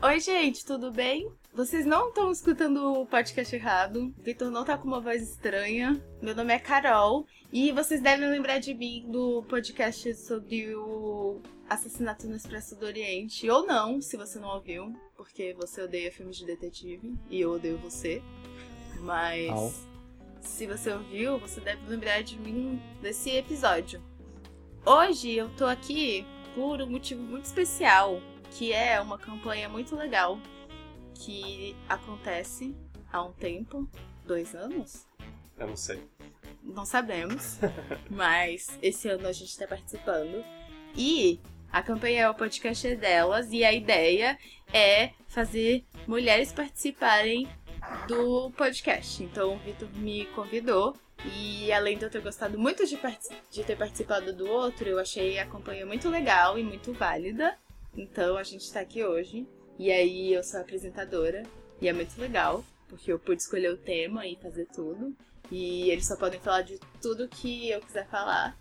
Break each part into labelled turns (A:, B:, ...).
A: Oi, gente, tudo bem? Vocês não estão escutando o podcast errado. O Vitor não tá com uma voz estranha. Meu nome é Carol e vocês devem lembrar de mim do podcast sobre o assassinato no Expresso do Oriente ou não, se você não ouviu, porque você odeia filmes de detetive e eu odeio você. Mas
B: Au.
A: se você ouviu, você deve lembrar de mim desse episódio. Hoje eu tô aqui por um motivo muito especial, que é uma campanha muito legal que acontece há um tempo, dois anos,
B: Eu não sei.
A: não sabemos, mas esse ano a gente tá participando. E a campanha é o podcast é delas, e a ideia é fazer mulheres participarem do podcast. Então o Vitor me convidou. E além de eu ter gostado muito de, partici- de ter participado do outro, eu achei a campanha muito legal e muito válida. Então a gente tá aqui hoje. E aí eu sou a apresentadora. E é muito legal, porque eu pude escolher o tema e fazer tudo. E eles só podem falar de tudo que eu quiser falar.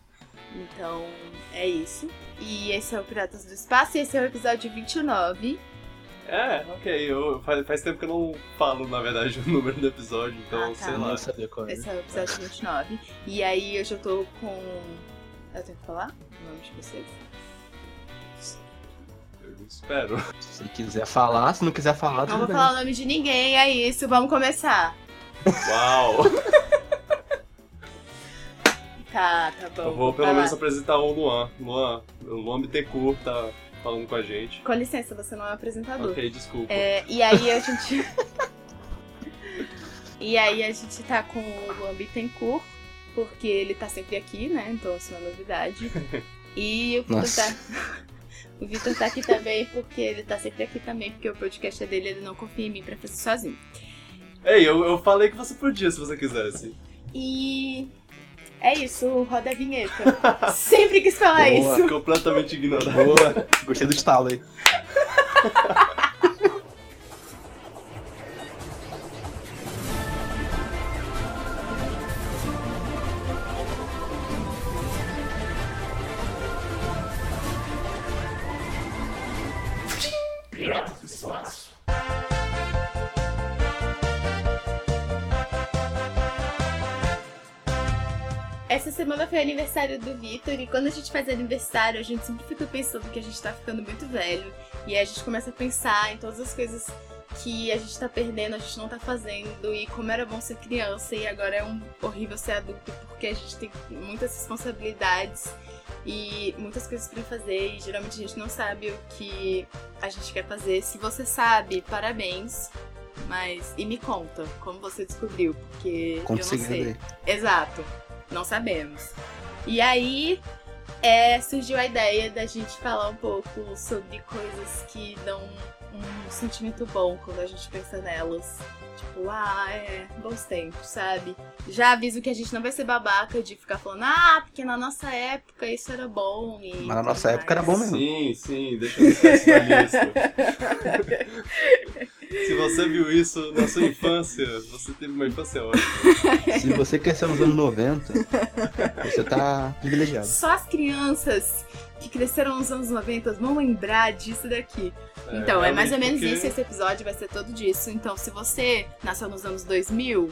A: Então é isso. E esse é o Piratas do Espaço e esse é o episódio 29.
C: É, ok. Eu, faz, faz tempo que eu não falo, na verdade, o número do episódio, então,
A: Ah, tá.
C: sei
B: Eu
C: lá.
B: não sabia qual era.
A: Esse é o episódio 29. E aí hoje eu tô com. Eu tenho que falar o nome de vocês?
C: Eu espero.
B: Se quiser falar, se não quiser
C: Ah,
B: falar,
A: Não
B: tudo
A: vou
B: bem.
A: falar o nome de ninguém, é isso. Vamos começar.
C: Uau!
A: Tá, tá bom.
C: Eu Então, vou
A: vai
C: pelo
A: lá.
C: menos apresentar o Luan. Luan, o Luan Bittencourt tá falando com a gente.
A: Com licença, você não é um apresentador.
C: Ok, desculpa.
A: É, e aí a gente. e aí a gente tá com o Luan Bittencourt, porque ele tá sempre aqui, né? Então isso não é novidade. E o Vitor
B: Nossa.
A: tá. o Vitor tá aqui também porque ele tá sempre aqui também, porque o podcast é dele, ele não confia em mim pra fazer sozinho.
C: Ei, eu, eu falei que você podia se você quisesse.
A: E é isso, roda a vinheta. sempre quis falar
B: Boa.
A: É isso.
C: Completamente ignorado.
B: Boa, gostei do estalo aí.
A: Essa semana foi aniversário do Vitor e quando a gente faz aniversário, a gente sempre fica pensando que a gente tá ficando muito velho. E aí a gente começa a pensar em todas as coisas que a gente tá perdendo, a gente não tá fazendo, e como era bom ser criança e agora é um horrível ser adulto, porque a gente tem muitas responsabilidades e muitas coisas pra fazer, e geralmente a gente não sabe o que a gente quer fazer. Se você sabe, parabéns. Mas, e me conta, como você descobriu? Porque eu não sei.
B: Conseguindo aí.
A: Exato. Não sabemos. E aí é, surgiu a ideia da gente falar um pouco sobre coisas que dão um sentimento bom quando a gente pensa nelas. Tipo, ah, é, bons tempos, sabe? Já aviso que a gente não vai ser babaca de ficar falando, ah, porque na nossa época isso era bom. E
B: Mas na
A: tudo
B: nossa época era
A: mais."
B: bom mesmo.
C: Sim, sim, deixa eu deixar isso na lista. Se você viu isso na sua infância, você teve uma infância ótima.
B: Se você cresceu nos anos 90, você tá privilegiado.
A: Só as crianças que cresceram nos anos 90 vão lembrar disso daqui. Então, é, mais ou menos
C: realmente, porque-
A: isso. Esse episódio vai ser todo disso. Então, se você nasceu nos anos 2000,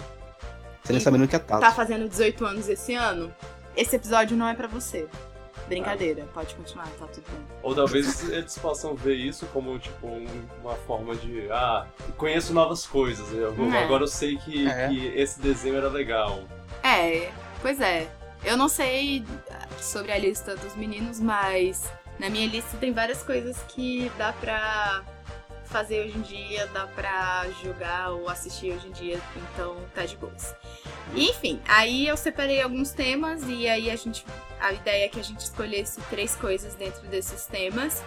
B: Você nem sabe nem o que é
A: tá
B: tato.
A: fazendo 18 anos esse ano, esse episódio não é pra você. Brincadeira, pode continuar, tá tudo bem.
C: Ou talvez eles possam ver isso como, tipo, um- uma forma de, ah, conheço novas coisas, eu-
A: É.
C: agora eu sei que,
B: É.
C: que esse desenho era legal.
A: É, pois é. Eu não sei ah, sobre a lista dos meninos, mas na minha lista tem várias coisas que dá pra fazer hoje em dia, dá pra jogar ou assistir hoje em dia, então tá de boas. Enfim, aí eu separei alguns temas e aí a gente. A ideia é que a gente escolhesse três coisas dentro desses temas.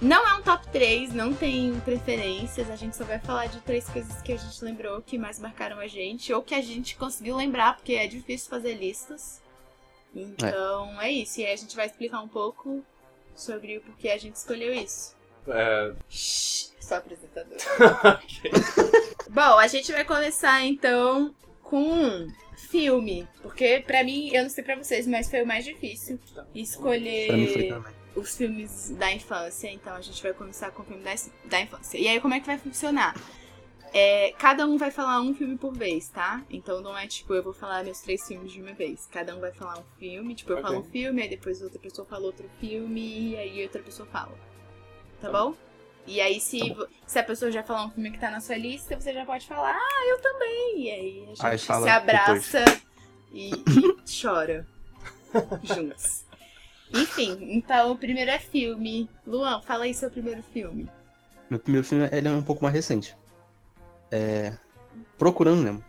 A: Não é um top 3, não tem preferências, a gente só vai falar de três coisas que a gente lembrou que mais marcaram a gente, ou que a gente conseguiu lembrar, porque é difícil fazer listas. Então é, isso, e aí a gente vai explicar um pouco sobre o porquê a gente escolheu isso.
C: É,
A: Shhh, sou apresentador. Bom, a gente vai começar então com filme, porque pra mim, eu não sei pra vocês, mas foi o mais difícil escolher
B: Pra mim foi também.
A: os filmes da infância, então a gente vai começar com o filme da, da infância. E aí, como é que vai funcionar? É, cada um vai falar um filme por vez, tá? Então não é tipo, eu vou falar meus três filmes de uma vez. Cada um vai falar um filme, tipo, eu
C: Ok.
A: falo um filme, aí depois outra pessoa fala outro filme, e aí outra pessoa fala. Tá,
C: Tá
A: bom? E aí,
B: Tá
A: se, vo- se a pessoa já falar um filme que tá na sua lista, você já pode falar, ah, eu também. E aí a gente
B: Aí fala
A: se abraça e, e chora juntos. Enfim, então o primeiro é filme. Luan, fala aí seu primeiro filme.
B: Meu primeiro filme ele é um pouco mais recente. É. Procurando Nemo.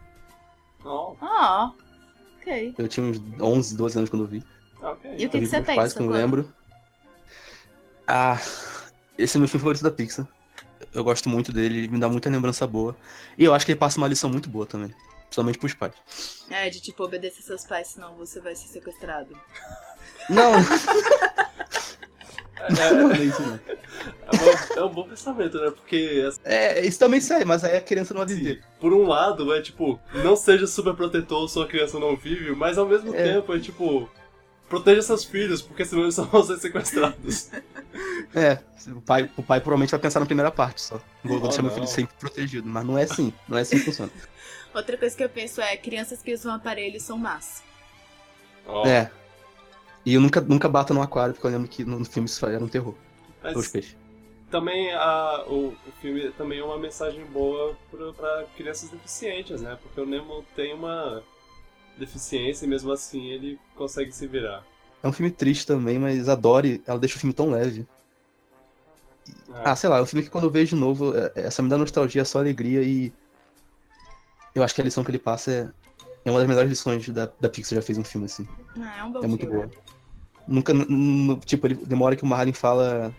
C: Não,
A: Ó, ok.
B: Eu tinha uns 11, 12 anos quando eu vi.
C: tá ok.
A: E o
B: Eu
A: que
B: vi
A: você
B: com meus pais,
A: pensa,
B: que eu não
A: Clara?
B: lembro. Ah, esse é meu filme favorito da Pixar. Eu gosto muito dele, ele me dá muita lembrança boa. E eu acho que ele passa uma lição muito boa também. Principalmente pros pais.
A: É, de tipo, obedecer seus pais, senão você vai ser sequestrado.
B: Não,
C: É,
B: não é isso não.
C: é, é um bom pensamento, né? Porque assim,
B: É, isso também sai, mas aí a criança não vai viver.
C: por um lado é tipo, não seja super protetor, sua criança não vive, mas ao mesmo
B: É.
C: tempo é tipo, proteja seus filhos, porque senão eles só vão ser sequestrados.
B: É, o pai, o pai provavelmente vai pensar na primeira parte só. Vou, vou
C: Oh,
B: deixar meu
C: não.
B: filho sempre protegido, mas não é assim. Não é assim que funciona.
A: Outra coisa que eu penso é, crianças que usam aparelhos são más.
C: Ó,
B: É. E eu nunca, nunca bato no aquário, porque eu lembro que no filme isso era um terror.
C: mas
B: Os peixes.
C: também a, o, o filme também é uma mensagem boa pra, pra crianças deficientes, né? Porque o Nemo tem uma deficiência e mesmo assim ele consegue se virar.
B: É um filme triste também, mas a Dory, ela deixa o filme tão leve. Ah, sei lá, é um filme que quando eu vejo de novo, é- essa me dá nostalgia, só alegria e. Eu acho que a lição que ele passa é, é uma das melhores lições da, da Pixar já fez um filme, assim.
A: Ah, é um bom
B: é muito
A: filme.
B: boa. Nunca. n- n- Tipo, ele demora que o Marlin fala.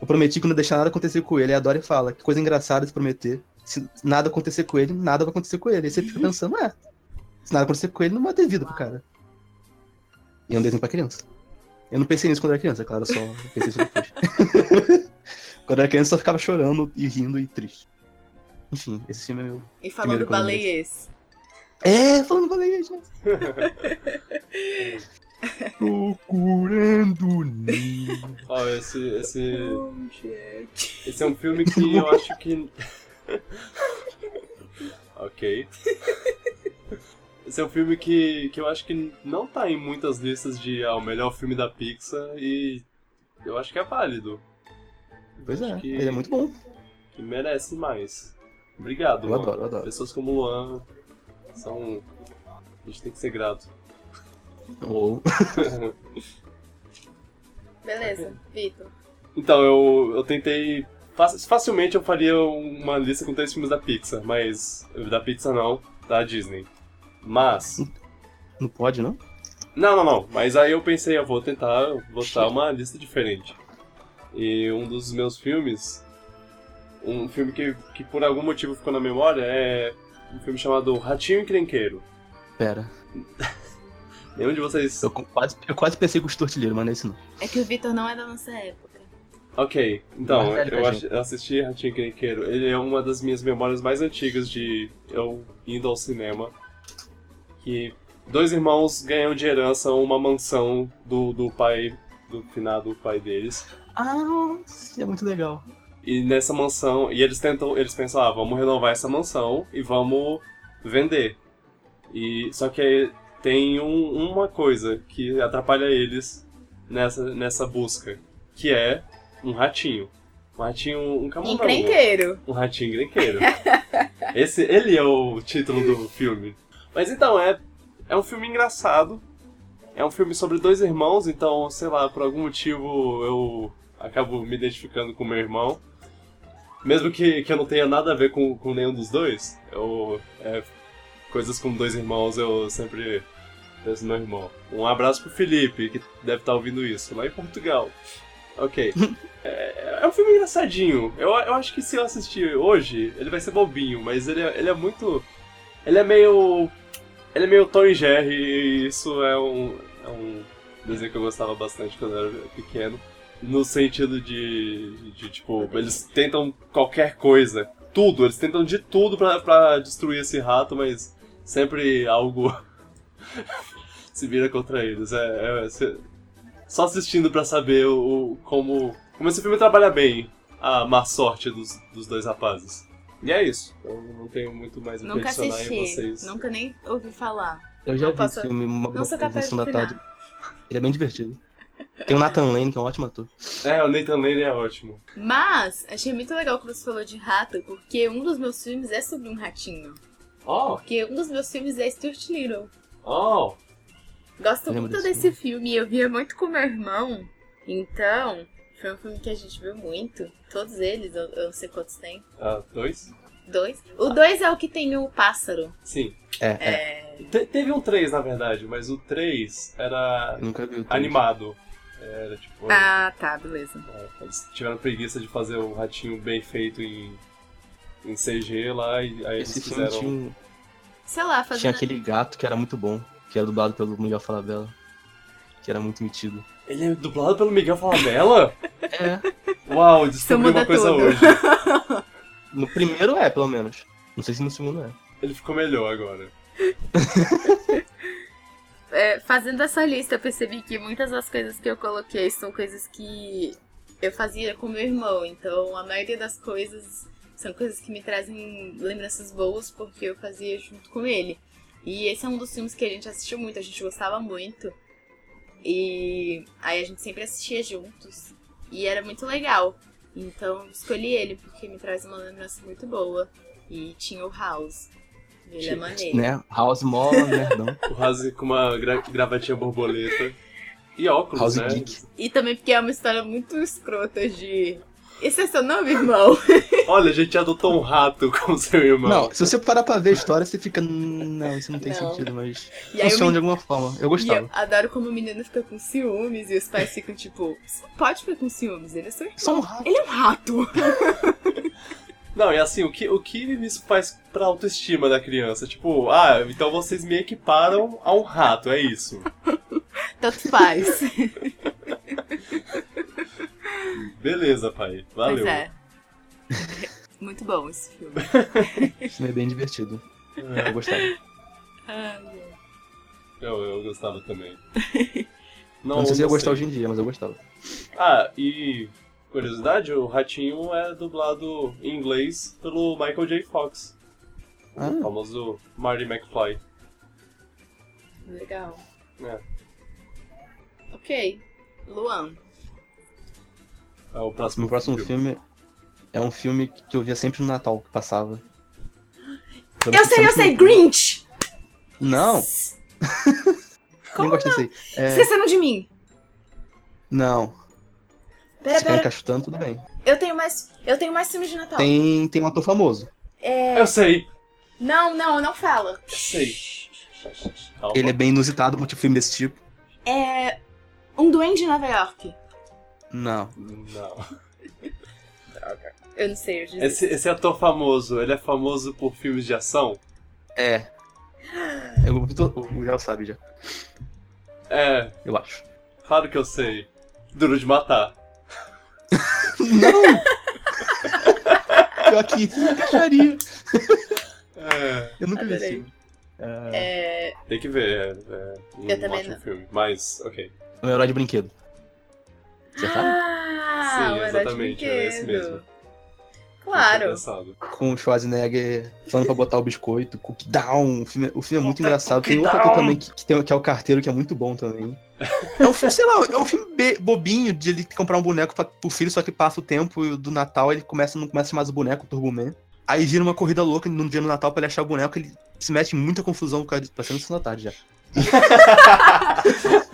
B: Eu prometi que não ia deixar nada acontecer com ele. Aí a Dory fala, que coisa engraçada se prometer. Se nada acontecer com ele, nada vai acontecer com ele. Aí você fica pensando, é. Se nada acontecer com ele, não vai ter vida pro cara. E é um desenho pra criança. Eu não pensei nisso quando era criança, é claro, eu só pensei isso depois. quando era criança, eu só ficava chorando e rindo e triste. Enfim, esse filme é meu.
A: E falando
B: Primeiro que eu lembrei.
A: baleias.
B: É, falando baleias, né? Procurando Nemo.
C: Ó, esse, esse
A: Oh, gente.
C: Esse é um filme que eu acho que. ok. Esse é um filme que, que eu acho que não tá em muitas listas de ah, o melhor filme da Pixar e eu acho que é válido.
B: Pois
C: Acho
B: é,
C: que-
B: ele é muito bom.
C: Que merece mais. Obrigado,
B: Eu
C: Luan.
B: adoro, eu adoro.
C: Pessoas como Luan são. A gente tem que ser grato.
B: Ou-
A: Beleza, Vitor.
C: Então, eu, eu tentei. fac- Facilmente eu faria uma lista com três filmes da Pixar, mas. Da Pixar não, da Disney. Mas.
B: Não pode, não?
C: Não, não, não. Mas aí eu pensei, eu vou tentar botar uma lista diferente. E um dos meus filmes, um filme que, que por algum motivo ficou na memória, é um filme chamado Ratinho Encrenqueiro.
B: Pera.
C: Nenhum de vocês.
B: Eu co- quase, eu quase pensei com os tortilheiros, mas não é esse não.
A: É que o Vitor não é da nossa época.
C: Ok, então,
B: Mais velho que
C: eu
B: a
C: ach- eu assisti Ratinho Encrenqueiro. Ele é uma das minhas memórias mais antigas de eu indo ao cinema. Que dois irmãos ganham de herança uma mansão do, do pai, do finado pai deles.
B: Ah, isso é muito legal.
C: E nessa mansão, e eles tentam, eles pensam, ah, vamos renovar essa mansão e vamos vender. E só que aí tem um- uma coisa que atrapalha eles nessa nessa busca, que é um ratinho. Um ratinho, um camundongo.
A: Encrenqueiro.
C: Um ratinho grenqueiro. Esse, ele é o título do filme. Mas então, é, é um filme engraçado. É um filme sobre dois irmãos, então, sei lá, por algum motivo eu acabo me identificando com meu irmão. Mesmo que, que eu não tenha nada a ver com, com nenhum dos dois, eu, é, coisas com dois irmãos eu sempre penso no meu irmão. Um abraço pro Felipe, que deve estar ouvindo isso, lá em Portugal. Ok. É um filme engraçadinho. Eu, eu acho que se eu assistir hoje, ele vai ser bobinho, mas ele é, ele é muito. Ele é meio. Ele é meio Tom e Jerry, e isso é um, é um desenho que eu gostava bastante quando eu era pequeno. No sentido de, de, tipo, eles tentam qualquer coisa. Tudo, eles tentam de tudo pra, pra destruir esse rato, mas sempre algo se vira contra eles. É, é- se- só assistindo pra saber o, o- como, como esse filme trabalha bem a má sorte dos, dos dois rapazes. E é isso. Eu não tenho muito mais o que
A: Nunca
C: adicionar em vocês.
A: assisti, nunca nem ouvi falar.
B: Eu já
A: Não
B: vi
A: posso-
B: esse filme uma, uma,
A: Não sou capaz de
B: sessão da
A: opinar.
B: tarde. Ele é bem divertido. Tem o Nathan Lane, que é um ótimo ator.
C: É, o Nathan Lane é ótimo.
A: Mas achei muito legal que você falou de rato, porque um dos meus filmes é sobre um ratinho.
C: Oh,
A: Porque um dos meus filmes é Stuart Little.
C: oh.
A: Gosto
B: Lembro
A: muito
B: desse
A: desse filme, eu via muito com meu irmão. Então, foi um filme que a gente viu muito. Todos eles, eu, eu não sei quantos tem.
C: Ah, dois?
A: Dois. O dois é o que tem o pássaro.
C: Sim.
B: É, é.
C: Te- teve um 3, na verdade, mas o 3 era
B: Eu nunca vi o trailer.
C: animado. Era tipo.
A: Ah, tá, beleza.
C: é, Eles tiveram preguiça de fazer um ratinho bem feito em, em CG lá, e aí
B: Esse
C: eles
B: filme
C: fizeram.
B: tinha, um-
A: Sei lá,
B: tinha
A: fazendo.
B: aquele gato que era muito bom, que era dublado pelo Miguel Falabella. Que era muito metido.
C: Ele é dublado pelo Miguel Falabella?
B: É,
C: Uau,
A: Isso é
C: descobri
A: muda
C: uma coisa
A: tudo.
C: hoje.
B: no primeiro é, pelo menos. Não sei se no segundo é.
C: Ele ficou melhor agora.
A: É, fazendo essa lista, eu percebi que muitas das coisas que eu coloquei são coisas que eu fazia com meu irmão. Então, a maioria das coisas são coisas que me trazem lembranças boas porque eu fazia junto com ele. E esse é um dos filmes que a gente assistiu muito, a gente gostava muito. E aí a gente sempre assistia juntos. E era muito legal. Então eu escolhi ele porque me traz uma lembrança muito boa. E tinha o House. Ele é
C: Tinha,
A: maneiro.
B: Né? House Mola, nerdão.
C: O Razi com uma gra- gravatinha borboleta. E óculos,
B: House
C: né?
B: Geek.
A: E também porque é uma história muito escrota de. Esse é seu nome, irmão?
C: Olha, a gente adotou um rato como seu irmão.
B: Não, se você parar pra ver a história, você fica. "Hum, Não, isso não tem
A: Não.
B: sentido, mas.
A: E aí, o
B: Funciona de
A: menino-
B: alguma forma. Eu
A: e
B: gostava.
A: é eu adoro como o menino fica com ciúmes e os pais ficam tipo: Você não pode ficar com ciúmes, ele é seu irmão.
B: Só um rato.
A: Ele é um rato.
C: Não, e assim, o que, o que isso faz pra autoestima da criança? Tipo, ah, então vocês me equiparam a um rato, é isso.
A: Tanto faz.
C: Beleza, pai. Valeu.
A: Pois é. Muito bom esse filme.
B: Esse filme é bem divertido. Eu gostava.
A: Ah,
C: Eu, eu gostava também.
B: Não, sei se eu ia Então gostar hoje em dia, mas eu gostava.
C: Ah, e curiosidade, o ratinho é dublado em inglês pelo Michael J. Fox. O
B: Ah.
C: famoso Marty McFly.
A: Legal.
C: É,
A: Ok. Luan.
C: é o próximo,
B: Meu próximo filme é um filme que eu via sempre no Natal, que passava. Foi uma
A: Eu sei, eu
B: sessão
A: sei,
B: de-
A: Grinch!
B: Não,
A: Como
B: nem gosto desse aí. É,
A: Esquecendo de mim.
B: Não,
A: Pera,
B: se quer
A: pera.
B: encaixutando, tudo bem.
A: Eu tenho mais. Eu tenho mais filmes de Natal.
B: Tem, tem um ator famoso.
C: Eu sei,
A: Não, não, não fala.
C: sei. Calma.
B: Ele é bem inusitado pra um filme desse tipo.
A: É. Um Duende em Nova York.
B: Não.
C: Não.
A: Eu não sei, eu disse.
C: Esse, esse ator famoso, ele é famoso por filmes de ação?
B: É. Eu, É, o o Léo sabe já,
C: É,
B: eu acho.
C: claro que eu sei. Duro de matar.
B: Não! Pior que isso, não encaixaria.
C: É,
B: Eu nunca vi esse
A: Adorei.
B: filme.
A: É,
C: tem que ver, é, é um
A: Eu também
C: ótimo
A: não.
C: filme. Mas, ok.
B: Um herói de brinquedo. Você sabe?
A: Ah,
C: Sim,
A: o herói de
C: exatamente, era esse
A: brinquedo.
C: mesmo.
A: Claro.
C: Engraçado.
B: com o Schwarzenegger falando pra botar o biscoito, Cook Down. O filme, o filme é muito engraçado. Tem outro
C: Down.
B: ator também que, que, tem- que é o carteiro, que é muito bom também. É um filme, sei lá, é um filme be- bobinho de ele comprar um boneco pra, pro filho, só que passa o tempo do Natal, ele começa, não começa mais o boneco, o Turbo Man. Aí vira uma corrida louca num dia no Natal pra ele achar o boneco, ele se mete em muita confusão, cara, tá sendo sessão da tarde já.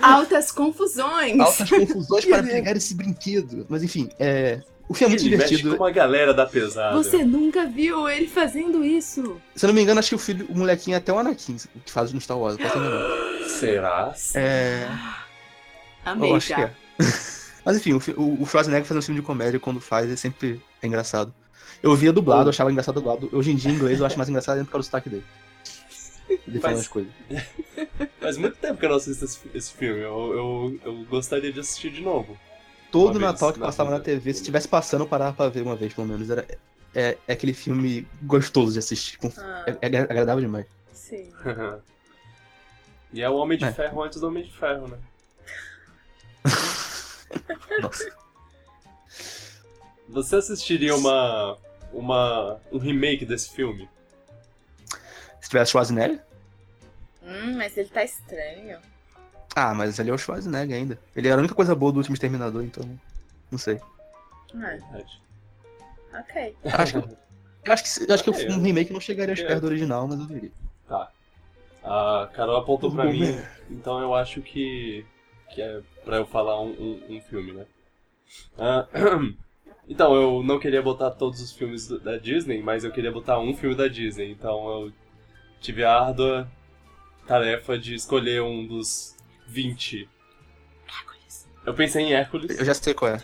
A: Altas confusões.
B: Altas confusões para
A: Deus.
B: pegar esse brinquedo. Mas enfim, é. O filme é muito
C: Ele mexe
B: divertido.
C: com uma galera da pesada.
A: Você nunca viu ele fazendo isso.
B: Se eu não me engano, acho que o filho, o molequinho é até o Anakin, que faz no Star Wars, eu posso enganar.
C: Será?
B: É.
A: Amei
B: Eu acho
A: já.
B: que é. Mas enfim, o, fi- o, o Schwarzenegger fazendo filme de comédia, quando faz, é sempre é engraçado. Eu via dublado, eu achava engraçado dublado. Hoje em dia, em inglês, eu acho mais engraçado por causa do sotaque dele. Ele fala
C: Mas-
B: as coisas.
C: Faz muito tempo que eu não assisto esse, esse filme. Eu, eu, eu gostaria de assistir de novo.
B: Todo
C: vez
B: Natal que
C: na
B: passava na
C: vida.
B: TV, se estivesse passando, eu parava pra ver uma vez, pelo menos. Era, é, é aquele filme gostoso de assistir. com-
A: Ah,
B: É, é agra- agradável demais.
A: sim.
C: e é o Homem de
B: É.
C: Ferro antes do Homem de Ferro, né?
B: Nossa.
C: Você assistiria uma, uma, um remake desse filme?
B: Se tivesse Schwarzenegger?
A: Hum, mas ele tá estranho.
B: Ah, mas ele é o Schwarzenegger ainda. Ele era a única coisa boa do último Exterminador, então. Não sei.
A: Ah,
C: Verdade.
A: ok.
B: Acho Eu acho que, eu acho que
C: É,
B: um remake não chegaria aos
C: é.
B: pés do original, mas eu diria.
C: Tá. A Carol apontou pra
B: Bom,
C: mim,
B: né?
C: então eu acho que, que é pra eu falar um, um- um filme, né? Ah, então, eu não queria botar todos os filmes do- da Disney, mas eu queria botar um filme da Disney, então eu tive a árdua tarefa de escolher um dos 20. Eu pensei em Hércules,
B: Eu já sei qual é.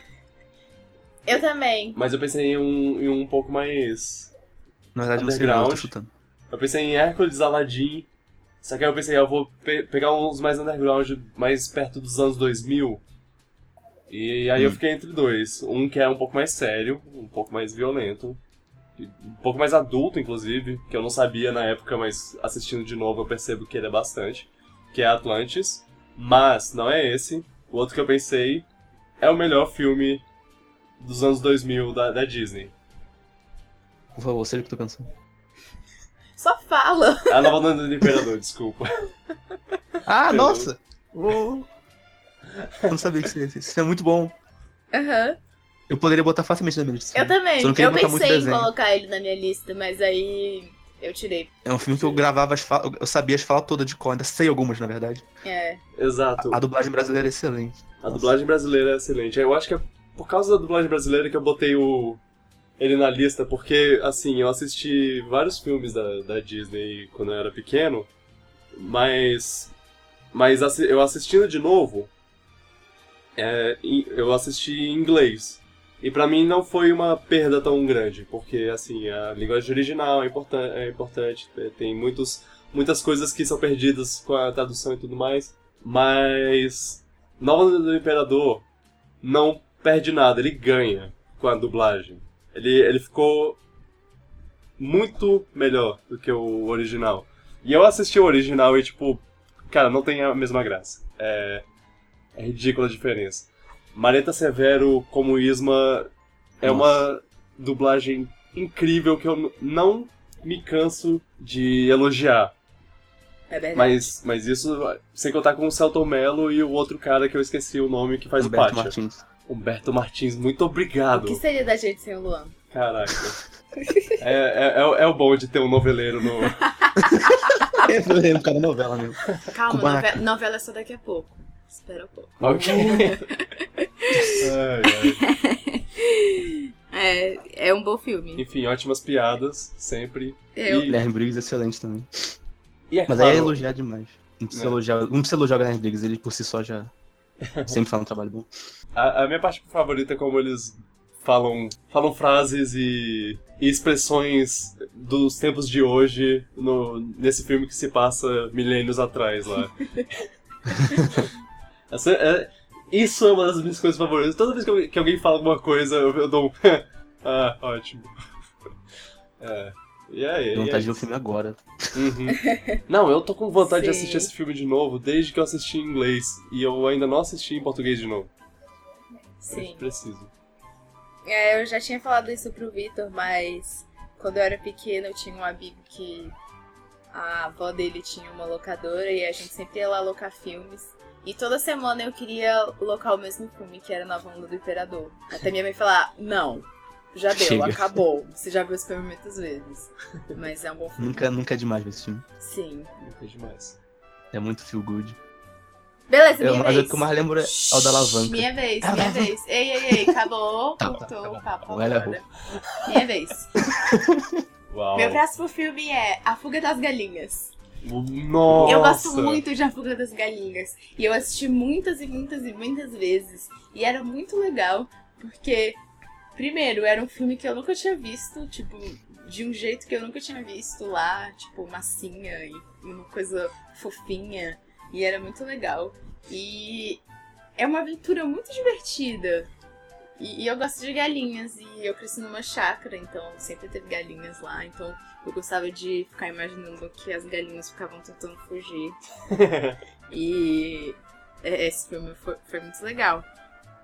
A: Eu também.
C: mas eu pensei em um, em um pouco mais...
B: Na verdade, eu não sei não, eu tô
C: Underground.
B: chutando.
C: Eu pensei em Hércules, Aladdin, só que aí eu pensei, eu vou pe- pegar uns mais underground, mais perto dos anos 2000. E aí eu
B: Hum.
C: fiquei entre dois. Um que é um pouco mais sério, um pouco mais violento, e um pouco mais adulto, inclusive, que eu não sabia na época, mas assistindo de novo eu percebo que ele é bastante, que é Atlantis. Mas não é esse. O outro que eu pensei é o melhor filme dos anos 2000 da, da Disney.
B: Por favor, seja o que eu tô pensando.
A: Só fala.
C: A Nova Onda do Imperador, desculpa.
B: Ah,
C: Eu-
B: nossa! Uou. Eu não sabia que isso ia ser. Isso é muito bom.
A: Aham.
B: Eu poderia botar facilmente na minha lista.
A: Eu também.
B: Só não
A: Eu
B: queria botar muito
A: pensei em
B: desenho.
A: colocar ele na minha lista, mas aí eu tirei.
B: É um filme que eu gravava as falas, eu sabia as falas todas de cor, ainda sei algumas, na verdade.
A: É.
C: Exato.
B: A dublagem brasileira é excelente.
C: A dublagem brasileira é excelente. Eu acho que é por causa da dublagem brasileira que eu botei o ele na lista, porque, assim, eu assisti vários filmes da, da Disney quando eu era pequeno, mas. Mas assi- eu assistindo de novo, é, em- eu assisti em inglês. E pra mim não foi uma perda tão grande, porque, assim, a linguagem original é, importan é importante, é, tem muitos, muitas coisas que são perdidas com a tradução e tudo mais, mas. Nova Onda do Imperador não perde nada, ele ganha com a dublagem. Ele, ele ficou muito melhor do que o original. E eu assisti o original e, tipo, cara, não tem a mesma graça. É, é ridícula a diferença. Mareta Severo como Isma é uma dublagem incrível que eu n- não me canso de elogiar.
A: É verdade.
C: Mas, mas isso sem contar com o Celton Mello e o outro cara que eu esqueci o nome que faz
B: Humberto
C: o Pátia.
B: Martins.
C: Humberto Martins, muito
A: O
C: obrigado.
A: que seria da gente sem o Luan?
C: Caraca. é, é, é, o- é o bom de ter um noveleiro no.
B: eu lembro, cara, novela mesmo.
A: Calma,
B: Kubanacan.
A: novela, novela é só daqui a pouco. Espera um pouco.
C: Ok. Ai, ai.
A: É, é um bom filme.
C: Enfim, ótimas piadas, sempre.
A: Eu.
C: E,
B: Guilherme Briggs é excelente também.
C: e é
B: Mas aí é
C: claro,
B: elogiar demais. Não precisa,
C: É.
B: elogiar, não precisa elogiar o Guilherme Briggs, ele por si só já sempre fala um trabalho bom.
C: a, a minha parte favorita é como eles falam, falam frases e, e expressões dos tempos de hoje no, nesse filme que se passa milênios atrás lá. Essa- é- isso é uma das minhas coisas favoritas. Toda vez que, eu- que alguém fala alguma coisa, eu, eu dou um. ah, ótimo. É. E aí?
B: Tenho
C: e
B: vontade
C: aí?
B: de ver o filme agora.
C: Uhum. Não, eu tô com vontade de
A: Sim.
C: assistir esse filme de novo desde que eu assisti em inglês. E eu ainda não assisti em português de novo.
A: Sim.
C: Eu preciso.
A: É, eu já tinha falado isso pro Vitor, mas quando eu era pequena eu tinha um amigo que a avó dele tinha uma locadora e a gente sempre ia lá alocar filmes. E toda semana eu queria alocar o mesmo filme, que era Nova Onda do Imperador. Até minha mãe falar, não, já deu,
B: Chega."
A: acabou. Você já viu esse filme muitas vezes. Mas é um bom filme.
B: Nunca, nunca é demais ver esse filme.
A: Sim.
C: É demais.
B: É muito feel good.
A: Beleza,
B: Eu,
A: minha
B: mas
A: vez.
B: o que eu mais lembro é o da alavanca.
A: Minha vez, minha
B: Alavanca.
A: vez. Ei, ei, ei, acabou.
B: Tá, tá,
A: Cortou
B: tá bom.
A: o papo
B: Agora
A: agora. Minha vez.
C: Uau.
A: Meu próximo filme é A Fuga das Galinhas.
C: Nossa.
A: Eu gosto muito de A Fuga das Galinhas. E eu assisti muitas e muitas e muitas vezes. E era muito legal, porque, primeiro, era um filme que eu nunca tinha visto, tipo, de um jeito que eu nunca tinha visto lá, tipo, massinha e uma coisa fofinha. E era muito legal. E é uma aventura muito divertida. E, e eu gosto de galinhas, e eu cresci numa chácara, então sempre teve galinhas lá, então eu gostava de ficar imaginando que as galinhas ficavam tentando fugir. E É, Esse filme foi, foi muito legal.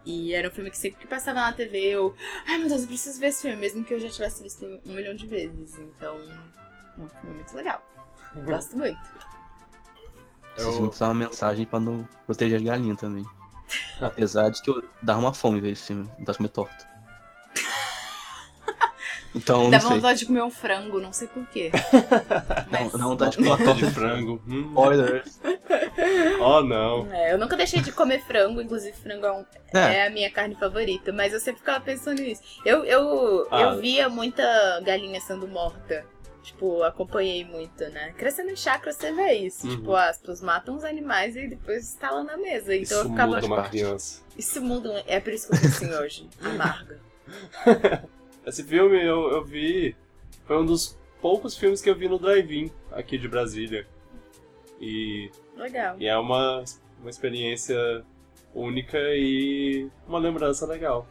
A: E era um filme que sempre que passava na TV eu. Ai meu Deus, eu preciso ver esse filme, mesmo que eu já tivesse visto um milhão de vezes. Então, é um filme muito legal. Gosto muito.
B: Preciso muito dar é uma mensagem pra não proteger as galinhas também. Apesar de que eu dava uma fome ver esse filme, não tá comer torto. Então, não
A: Dava
B: sei.
A: vontade de comer um frango, não sei porquê.
B: Não,
A: Mas...
B: dá vontade de
C: Uma
B: comer
C: torta
B: torta.
C: de frango. Hum.
B: Spoilers.
C: Oh, não.
A: É, eu nunca deixei de comer frango, inclusive frango é, um-
B: É,
A: é a minha carne favorita, mas eu sempre ficava pensando nisso. Eu, eu,
C: Ah.
A: eu via muita galinha sendo morta. Tipo, acompanhei muito, né? Crescendo em chácara, você vê isso.
C: Uhum.
A: Tipo, as pessoas matam os animais e depois instalam na mesa. Então
C: Isso
A: eu ficava.
C: muda uma
B: Faz parte.
C: criança.
A: Isso muda. É por isso que eu tô assim hoje. Amarga.
C: Esse filme eu, eu vi. Foi um dos poucos filmes que eu vi no drive-in aqui de Brasília. E,
A: Legal.
C: e é uma, uma experiência única e uma lembrança legal.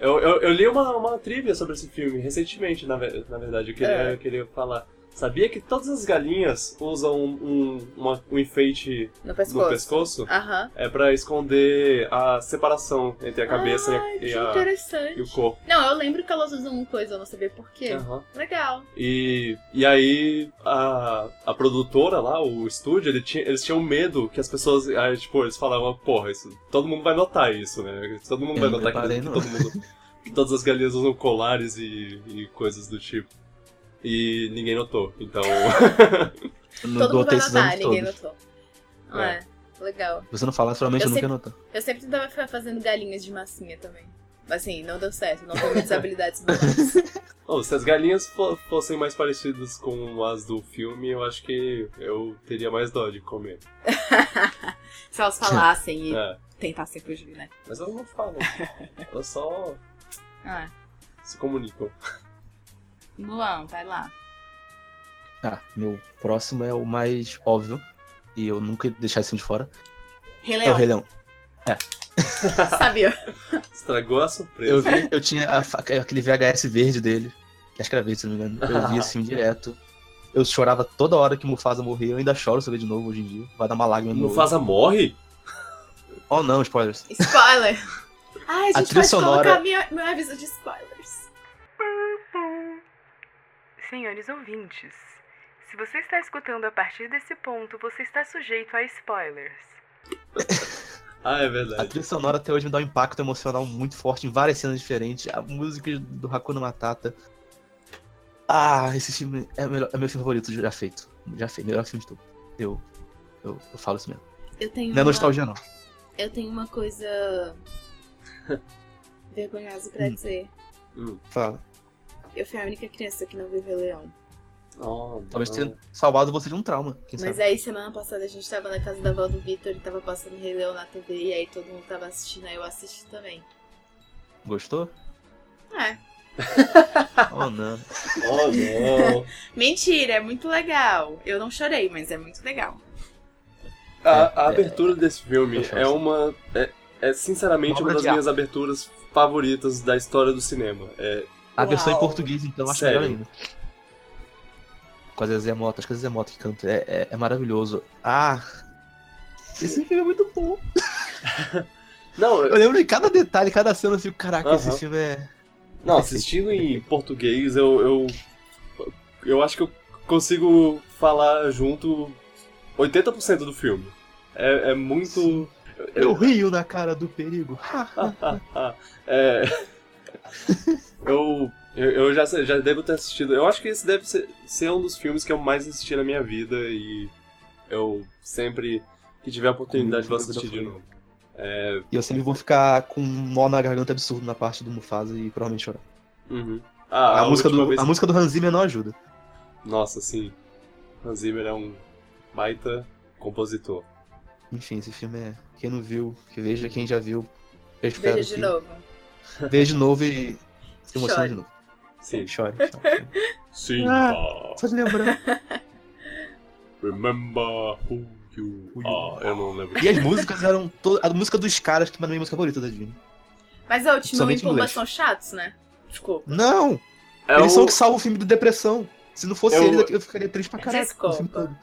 C: Eu, eu, eu li uma, uma trivia sobre esse filme recentemente, na, ve- na verdade. Eu queria,
A: É.
C: eu queria falar. Sabia que todas as galinhas usam um, uma- um enfeite
A: No
C: no
A: pescoço.
C: pescoço?
A: Aham.
C: É pra esconder a separação entre a cabeça e a-
A: Ai,
C: e,
A: que
C: a-
A: interessante.
C: e o corpo. É.
A: Não, eu lembro que elas usam uma coisa, eu não sabia por quê.
C: Aham.
A: Legal.
C: E, e aí a, a produtora lá, o estúdio, ele tinha- eles tinham medo que as pessoas. Aí, tipo, eles falavam, porra, isso, todo mundo vai notar isso, né? Todo mundo
B: Eu
C: vai
B: não
C: notar que,
B: reparei,
C: que
B: não.
C: todo mundo. Que todas as galinhas usam colares e, e coisas do tipo. E ninguém notou. Então.
B: eu não
A: Todo mundo vai
B: notei esses
A: notar,
B: anos
A: ninguém
B: todos.
A: notou. Ah, é. Legal.
B: Se você não falar, provavelmente
A: Eu
B: eu nunca ia
A: sempre-
B: notar.
A: Eu sempre tentava ficar fazendo galinhas de massinha também. Assim, não deu certo, não tenho muitas habilidades manuais.
C: Oh, se as galinhas fo- fossem mais parecidas com as do filme, eu acho que eu teria mais dó de comer.
A: Se elas falassem
C: É.
A: tentassem fugir, né?
C: Mas elas não falam. elas só
A: Ah,
C: se comunicam.
A: Luan, vai lá.
B: Ah, meu próximo é o mais óbvio. E eu nunca ia deixar isso de fora.
A: Rei
B: É o
A: Leão,
B: Rei Leão.
A: sabia?
C: Estragou a
B: Eu
C: surpresa.
B: vi, eu tinha a fa- aquele VHS verde dele. Que acho que era verde, se não me engano. Eu vi assim direto. Eu chorava toda hora que Mufasa morria. Eu ainda choro se eu ver de novo hoje em dia. Vai dar uma lágrima no
C: Mufasa morre?
B: olho. Oh, não, spoilers.
A: Spoiler! Ai, a
B: A
A: gente
B: trilha
A: pode
B: sonora-
A: colocar minha, meu aviso de spoilers.
D: Senhores ouvintes, se você está escutando a partir desse ponto, você está sujeito a spoilers.
C: Ah, é
B: A
C: verdade.
B: trilha sonora até hoje me dá um impacto emocional muito forte em várias cenas diferentes. A música do Hakuna Matata. Ah, esse filme é, o melhor- é meu filme favorito já feito. Já feito, melhor filme de tudo. Eu, eu, eu falo isso mesmo.
A: Eu tenho,
B: Não é
A: uma,
B: nostalgia, não.
A: eu tenho uma coisa vergonhosa pra
B: Hum.
A: dizer.
B: Fala.
A: Eu fui a única criança que não viu Rei Leão.
C: Oh,
B: Talvez
C: não.
B: tenha salvado você de um trauma. Quem
A: Mas
B: sabe?
A: aí, semana passada, a gente tava na casa da avó do Vitor e tava passando Rei Leão na TV. E aí, todo mundo tava assistindo, aí eu assisti também.
B: Gostou?
A: É.
B: oh, não.
C: Oh, não.
A: Mentira, é muito legal. Eu não chorei, mas é muito legal.
C: A, a abertura desse filme
B: É, Eu choro.
C: é uma. É, é
B: Uma
C: sinceramente uma
B: obra
C: das
B: de arte.
C: minhas aberturas favoritas da história do cinema. É,
B: A versão em
A: Uau.
B: português, então, acho
C: Sério?
B: melhor ainda. Com a Zezé Mota, acho que a Zezé Mota que canta. É, é- é maravilhoso. Ah! Esse filme é muito bom.
C: Não,
B: Eu lembro de cada detalhe, cada cena, eu fico, caraca, esse
C: Aham.
B: filme é.
C: Não, assistindo em português, eu, eu. Eu acho que eu consigo falar junto 80% do filme. É, é muito.
B: Eu rio na cara do perigo. Ha, ha.
C: É. eu. Eu eu já, já devo ter assistido. Eu acho que esse deve ser, ser um dos filmes que eu mais assisti na minha vida e eu sempre que tiver a oportunidade vou assistir de novo.
B: e eu sempre vou ficar com um nó na garganta absurdo na parte do Mufasa e provavelmente chorar.
C: Uhum. Ah,
B: a, música
C: última
B: do,
C: vez-
B: a música do Hans Zimmer não ajuda.
C: Nossa, sim. Hans Zimmer é um baita compositor.
B: Enfim, esse filme é. Quem não viu, que veja, quem já viu. Eu espero
A: Veja de
B: que
A: novo.
B: Veja de novo e se emocione
A: Chore.
B: de novo.
C: Sim.
B: Chore. chore.
C: Sim.
B: Ah.
C: pá.
B: Só de lembrar.
C: Remember who you
B: Who you
C: are. Ah, Eu não lembro.
B: E as músicas eram todas. A música dos caras, que é a minha música favorita da Disney.
A: Mas a última e
B: Somente
A: Pumba
B: inglês.
A: são chatos, né? Desculpa.
B: Não!
C: É
B: eles são
C: o-
B: o que salvam o filme do Depressão. Se não fosse
C: Eu-
B: eles, eu ficaria triste pra caralho.
A: Desculpa.
B: O filme todo.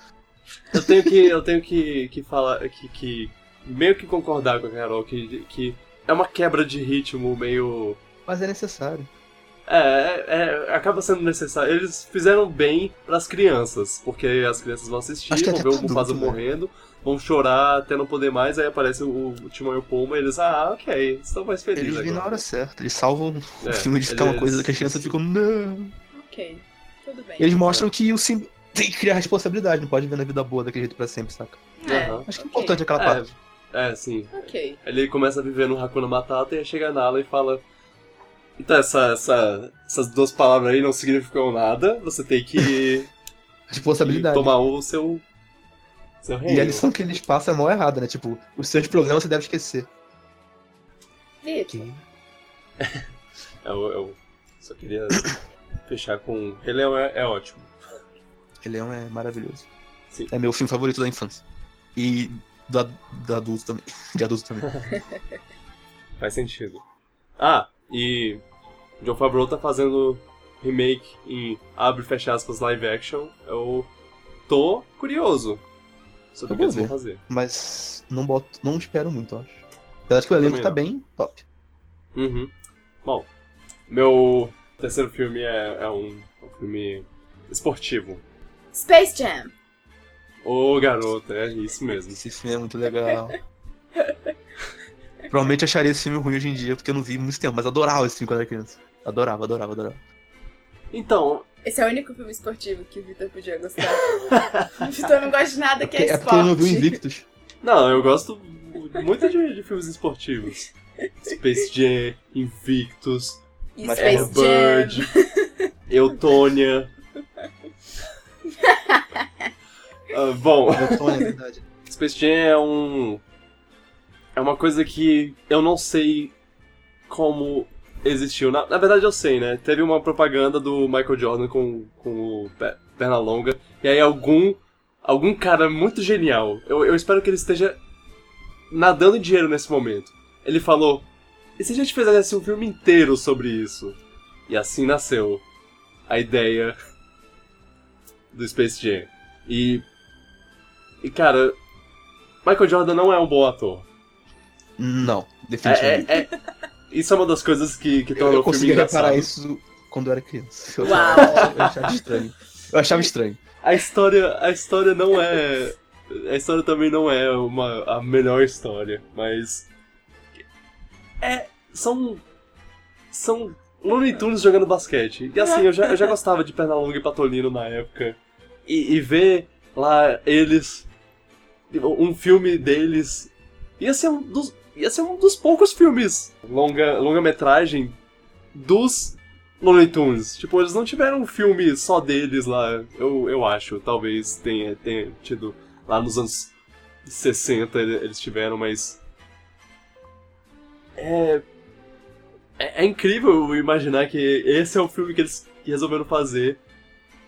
C: Eu tenho que, eu tenho que, que falar, que, que meio que concordar com a Carol que, que é uma quebra de ritmo meio.
B: Mas é necessário.
C: É, é, acaba sendo necessário. Eles fizeram bem pras crianças, porque as crianças vão assistir,
B: Acho que
C: vão
B: até
C: ver o
B: pra
C: Mufasa
B: adulto, né?
C: morrendo, vão chorar até não poder mais, aí aparece o, o Timão e o Pumba e eles, ah, ok, estão mais felizes
B: Eles vêm na
C: agora.
B: hora certa, eles salvam
C: É,
B: o filme de ficar uma
C: eles-
B: coisa que as crianças ficam, não.
A: Ok, tudo bem.
B: Eles mostram que o sim tem que criar responsabilidade, não pode viver na vida boa daquele jeito pra sempre, saca?
A: É,
C: Aham.
B: Acho que
A: ok,
B: é importante aquela
C: É,
B: parte.
C: é, sim.
A: Ok.
C: Ele começa a viver no Hakuna Matata e aí chega a Nala e fala: Então, essa, essa- essas duas palavras aí não significam nada, você tem que, que
B: Responsabilidade.
C: tomar o seu, seu reino.
B: E a lição que eles passam é mal errada, né? Tipo, os seus problemas você deve esquecer.
A: Vitor,
C: Eu, eu é só queria fechar com: Rei Leão é, é ótimo.
B: Rei Leão é maravilhoso.
C: Sim.
B: É meu filme favorito da infância. E do, ad- do adulto também. De adulto também.
C: Faz sentido. Ah, e John Favreau tá fazendo remake em abre e fecha aspas live action. Eu tô curioso sobre o
B: Eu vou
C: que eles vão
B: ver.
C: fazer.
B: Mas não boto, não espero muito, eu acho. Eu acho que o elenco
C: Também
B: tá
C: não.
B: bem top.
C: Uhum. Bom, meu terceiro filme é, é um, um filme esportivo.
A: Space Jam.
C: Ô garota, é isso mesmo.
B: Esse filme é muito legal. Provavelmente acharia esse filme ruim hoje em dia, porque eu não vi há muito tempo, mas adorava esse filme quando era criança. Adorava, adorava, adorava.
C: Então,
A: Esse é o único filme esportivo que o Vitor podia gostar. o Vitor não gosta de nada que é,
B: Porque- é
A: esporte.
B: porque eu não vi o Invictus.
C: não, eu gosto muito de, de filmes esportivos. Space Jam, Invictus,
A: E
B: Mas
A: Space
B: é
A: Jam.
C: Bird, Eutônia. Ah, bom,
B: Então, é verdade.
C: Space Jam é um. É uma coisa que eu não sei como existiu. Na, na verdade eu sei, né? Teve uma propaganda do Michael Jordan com, com o Pe- Pernalonga. E aí algum. algum cara muito genial. Eu, eu espero que ele esteja nadando em dinheiro nesse momento. Ele falou. E se a gente fizesse um filme inteiro sobre isso? E assim nasceu a ideia do Space Jam. E. E cara, Michael Jordan não é um bom ator.
B: Não,
C: É,
B: definitivamente.
C: é- é- Isso é uma das coisas que, que
B: eu
C: torna o filme
B: conseguia
C: engraçado.
B: reparar isso quando eu era criança. Eu,
A: Uau.
B: eu achava estranho. Eu achava estranho.
C: A história, a história não é. A história também não é uma, a melhor história, mas. É. São. São Looney Tunes jogando basquete. E assim, eu já, eu já gostava de Pernalonga e Patolino na época. E, e ver lá eles. Um filme deles. Ia ser um dos, ia ser um dos poucos filmes longa- longa-metragem dos Looney Tunes. Tipo, eles não tiveram um filme só deles lá, eu, eu acho. Talvez tenha, tenha tido lá nos anos 60 ele- eles tiveram, mas. É. É, é incrível imaginar que esse é o filme que eles resolveram fazer.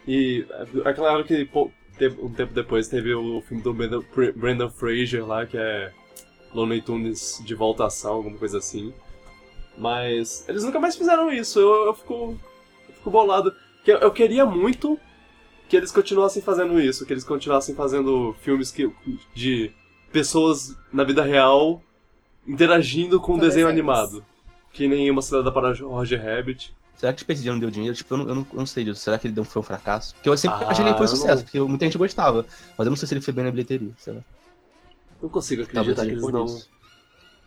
C: E é claro que pô, teve- um tempo depois teve o filme do Brandon, Fra- Brandon Fraser lá, que é Looney Tunes de volta à ação, alguma coisa assim. Mas eles nunca mais fizeram isso. Eu, eu fico. Eu fico bolado. Porque Eu, eu queria muito que eles continuassem fazendo isso, que eles continuassem fazendo filmes que, de pessoas na vida real interagindo com,
A: Com
C: um desenho
A: desenhos.
C: animado. Que nem uma cidade para Roger Rabbit.
B: Será que o Space Jam não deu dinheiro? Tipo, eu não, eu não, eu não sei disso. Será que ele deu, foi um fracasso? Porque eu sempre
C: Ah,
B: achei que ele foi um
C: eu não-
B: sucesso, porque muita gente gostava. Mas eu não sei se ele foi bem na bilheteria, sei lá.
C: Não consigo
B: Talvez
C: acreditar que
B: seja
C: eles
B: por
C: não,
B: isso.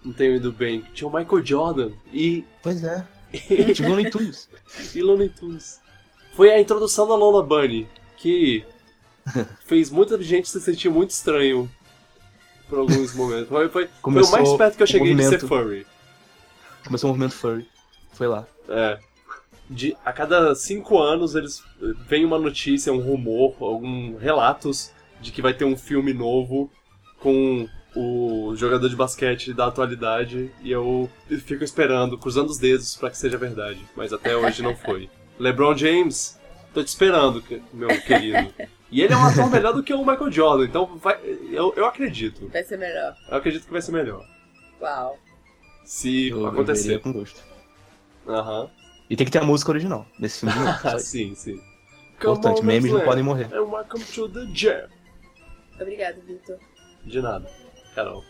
C: não tenham ido bem. Tinha o Michael Jordan e,
B: Pois é. Tipo, Looney Tunes.
C: e Looney Tunes. Foi a introdução da Lola Bunny, que fez muita gente se sentir muito estranho por alguns momentos. Foi, foi, foi o
B: Começou
C: mais perto que eu
B: o
C: cheguei de ser
B: movimento.
C: furry.
B: Começou o movimento furry. Foi lá.
C: É. De, a cada cinco anos eles eh, vem uma notícia, um rumor, algum relatos de que vai ter um filme novo com o jogador de basquete da atualidade e eu fico esperando, cruzando os dedos pra que seja verdade, mas até hoje não foi. LeBron James, tô te esperando, que- meu querido. E ele é um ator melhor do que o Michael Jordan, então vai, eu, eu acredito.
A: Vai ser melhor.
C: Eu acredito que vai ser melhor.
A: Uau.
C: Se
B: Eu- eu veria
C: acontecer.
B: com gosto.
C: Aham.
B: E tem que ter a música original nesse filme de novo.
C: Ah,
B: sabe?
C: sim, sim.
B: Importante,
C: Come on,
B: memes não
C: Slam.
B: podem morrer.
C: And welcome to the jam.
A: Obrigado, Vitor.
C: De nada, Carol.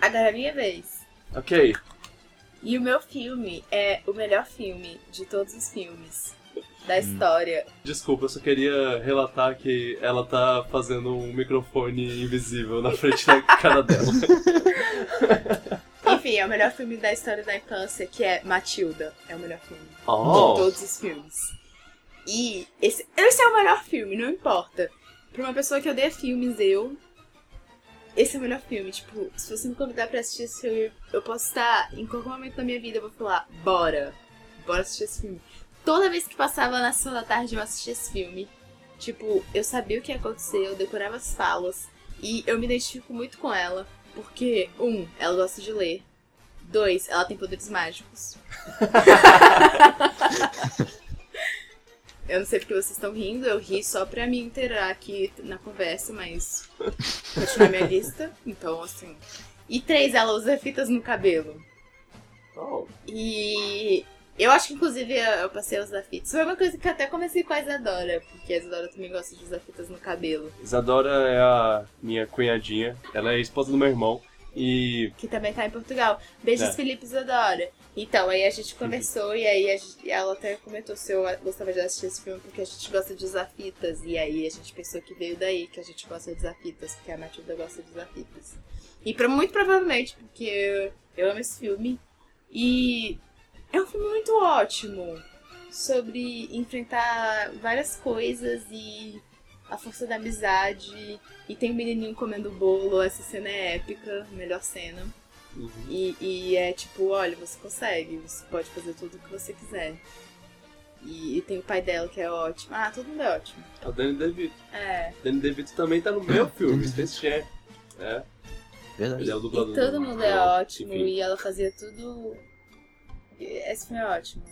A: Agora é minha vez.
C: Ok.
A: E o meu filme é o melhor filme de todos os filmes
B: Hum.
A: da história.
C: Desculpa, eu só queria relatar que ela tá fazendo um microfone invisível na frente da cara dela.
A: Enfim, é o melhor filme da história da infância, que é Matilda. É o melhor filme de
C: Oh,
A: todos os filmes. E esse, esse é o melhor filme, não importa. Pra uma pessoa que odeia filmes, eu. Esse é o melhor filme. Tipo, se você me convidar pra assistir esse filme, eu posso estar em qualquer momento da minha vida, eu vou falar, bora. Bora assistir esse filme. Toda vez que passava na sessão da tarde, eu assistia esse filme. Tipo, eu sabia o que ia acontecer, eu decorava as falas. E eu me identifico muito com ela. Porque, um, ela gosta de ler. Dois, ela tem poderes mágicos. Eu não sei porque vocês estão rindo, eu ri só pra me inteirar aqui na conversa, mas continua minha lista. Então, assim. E três, ela usa fitas no cabelo.
C: oh.
A: E eu acho que, inclusive, eu eu passei a usar fitas. Foi uma coisa que eu até comecei com a Isadora, porque a Isadora também gosta de usar fitas no cabelo,
C: Isadora é a minha cunhadinha. Ela é esposa do meu irmão. E
A: que também tá em Portugal. Beijos,
C: É.
A: Felipe e Isadora. Então, aí a gente conversou e aí a gente- ela até comentou se eu gostava de assistir esse filme porque a gente gosta de usar fitas. E aí a gente pensou que veio daí que a gente gosta de usar fitas, porque a Matilda gosta de usar fitas. E pra, muito provavelmente, porque eu, eu amo esse filme. E é um filme muito ótimo sobre enfrentar várias coisas e a força da amizade. E tem o menininho comendo bolo, essa cena é épica, melhor cena. E, e é tipo, olha, você consegue, você pode fazer tudo o que você quiser. E, e tem o pai dela que é ótimo. Ah, todo mundo é ótimo.
C: é o Danny DeVito.
A: É.
C: Danny DeVito também tá no meu filme, Space Jam. É,
B: Verdade.
C: ele é o
A: E
C: dublador. do-
B: né?
A: todo mundo é
C: do-
A: ótimo.
C: enfim.
A: E ela fazia tudo. E Esse filme é ótimo.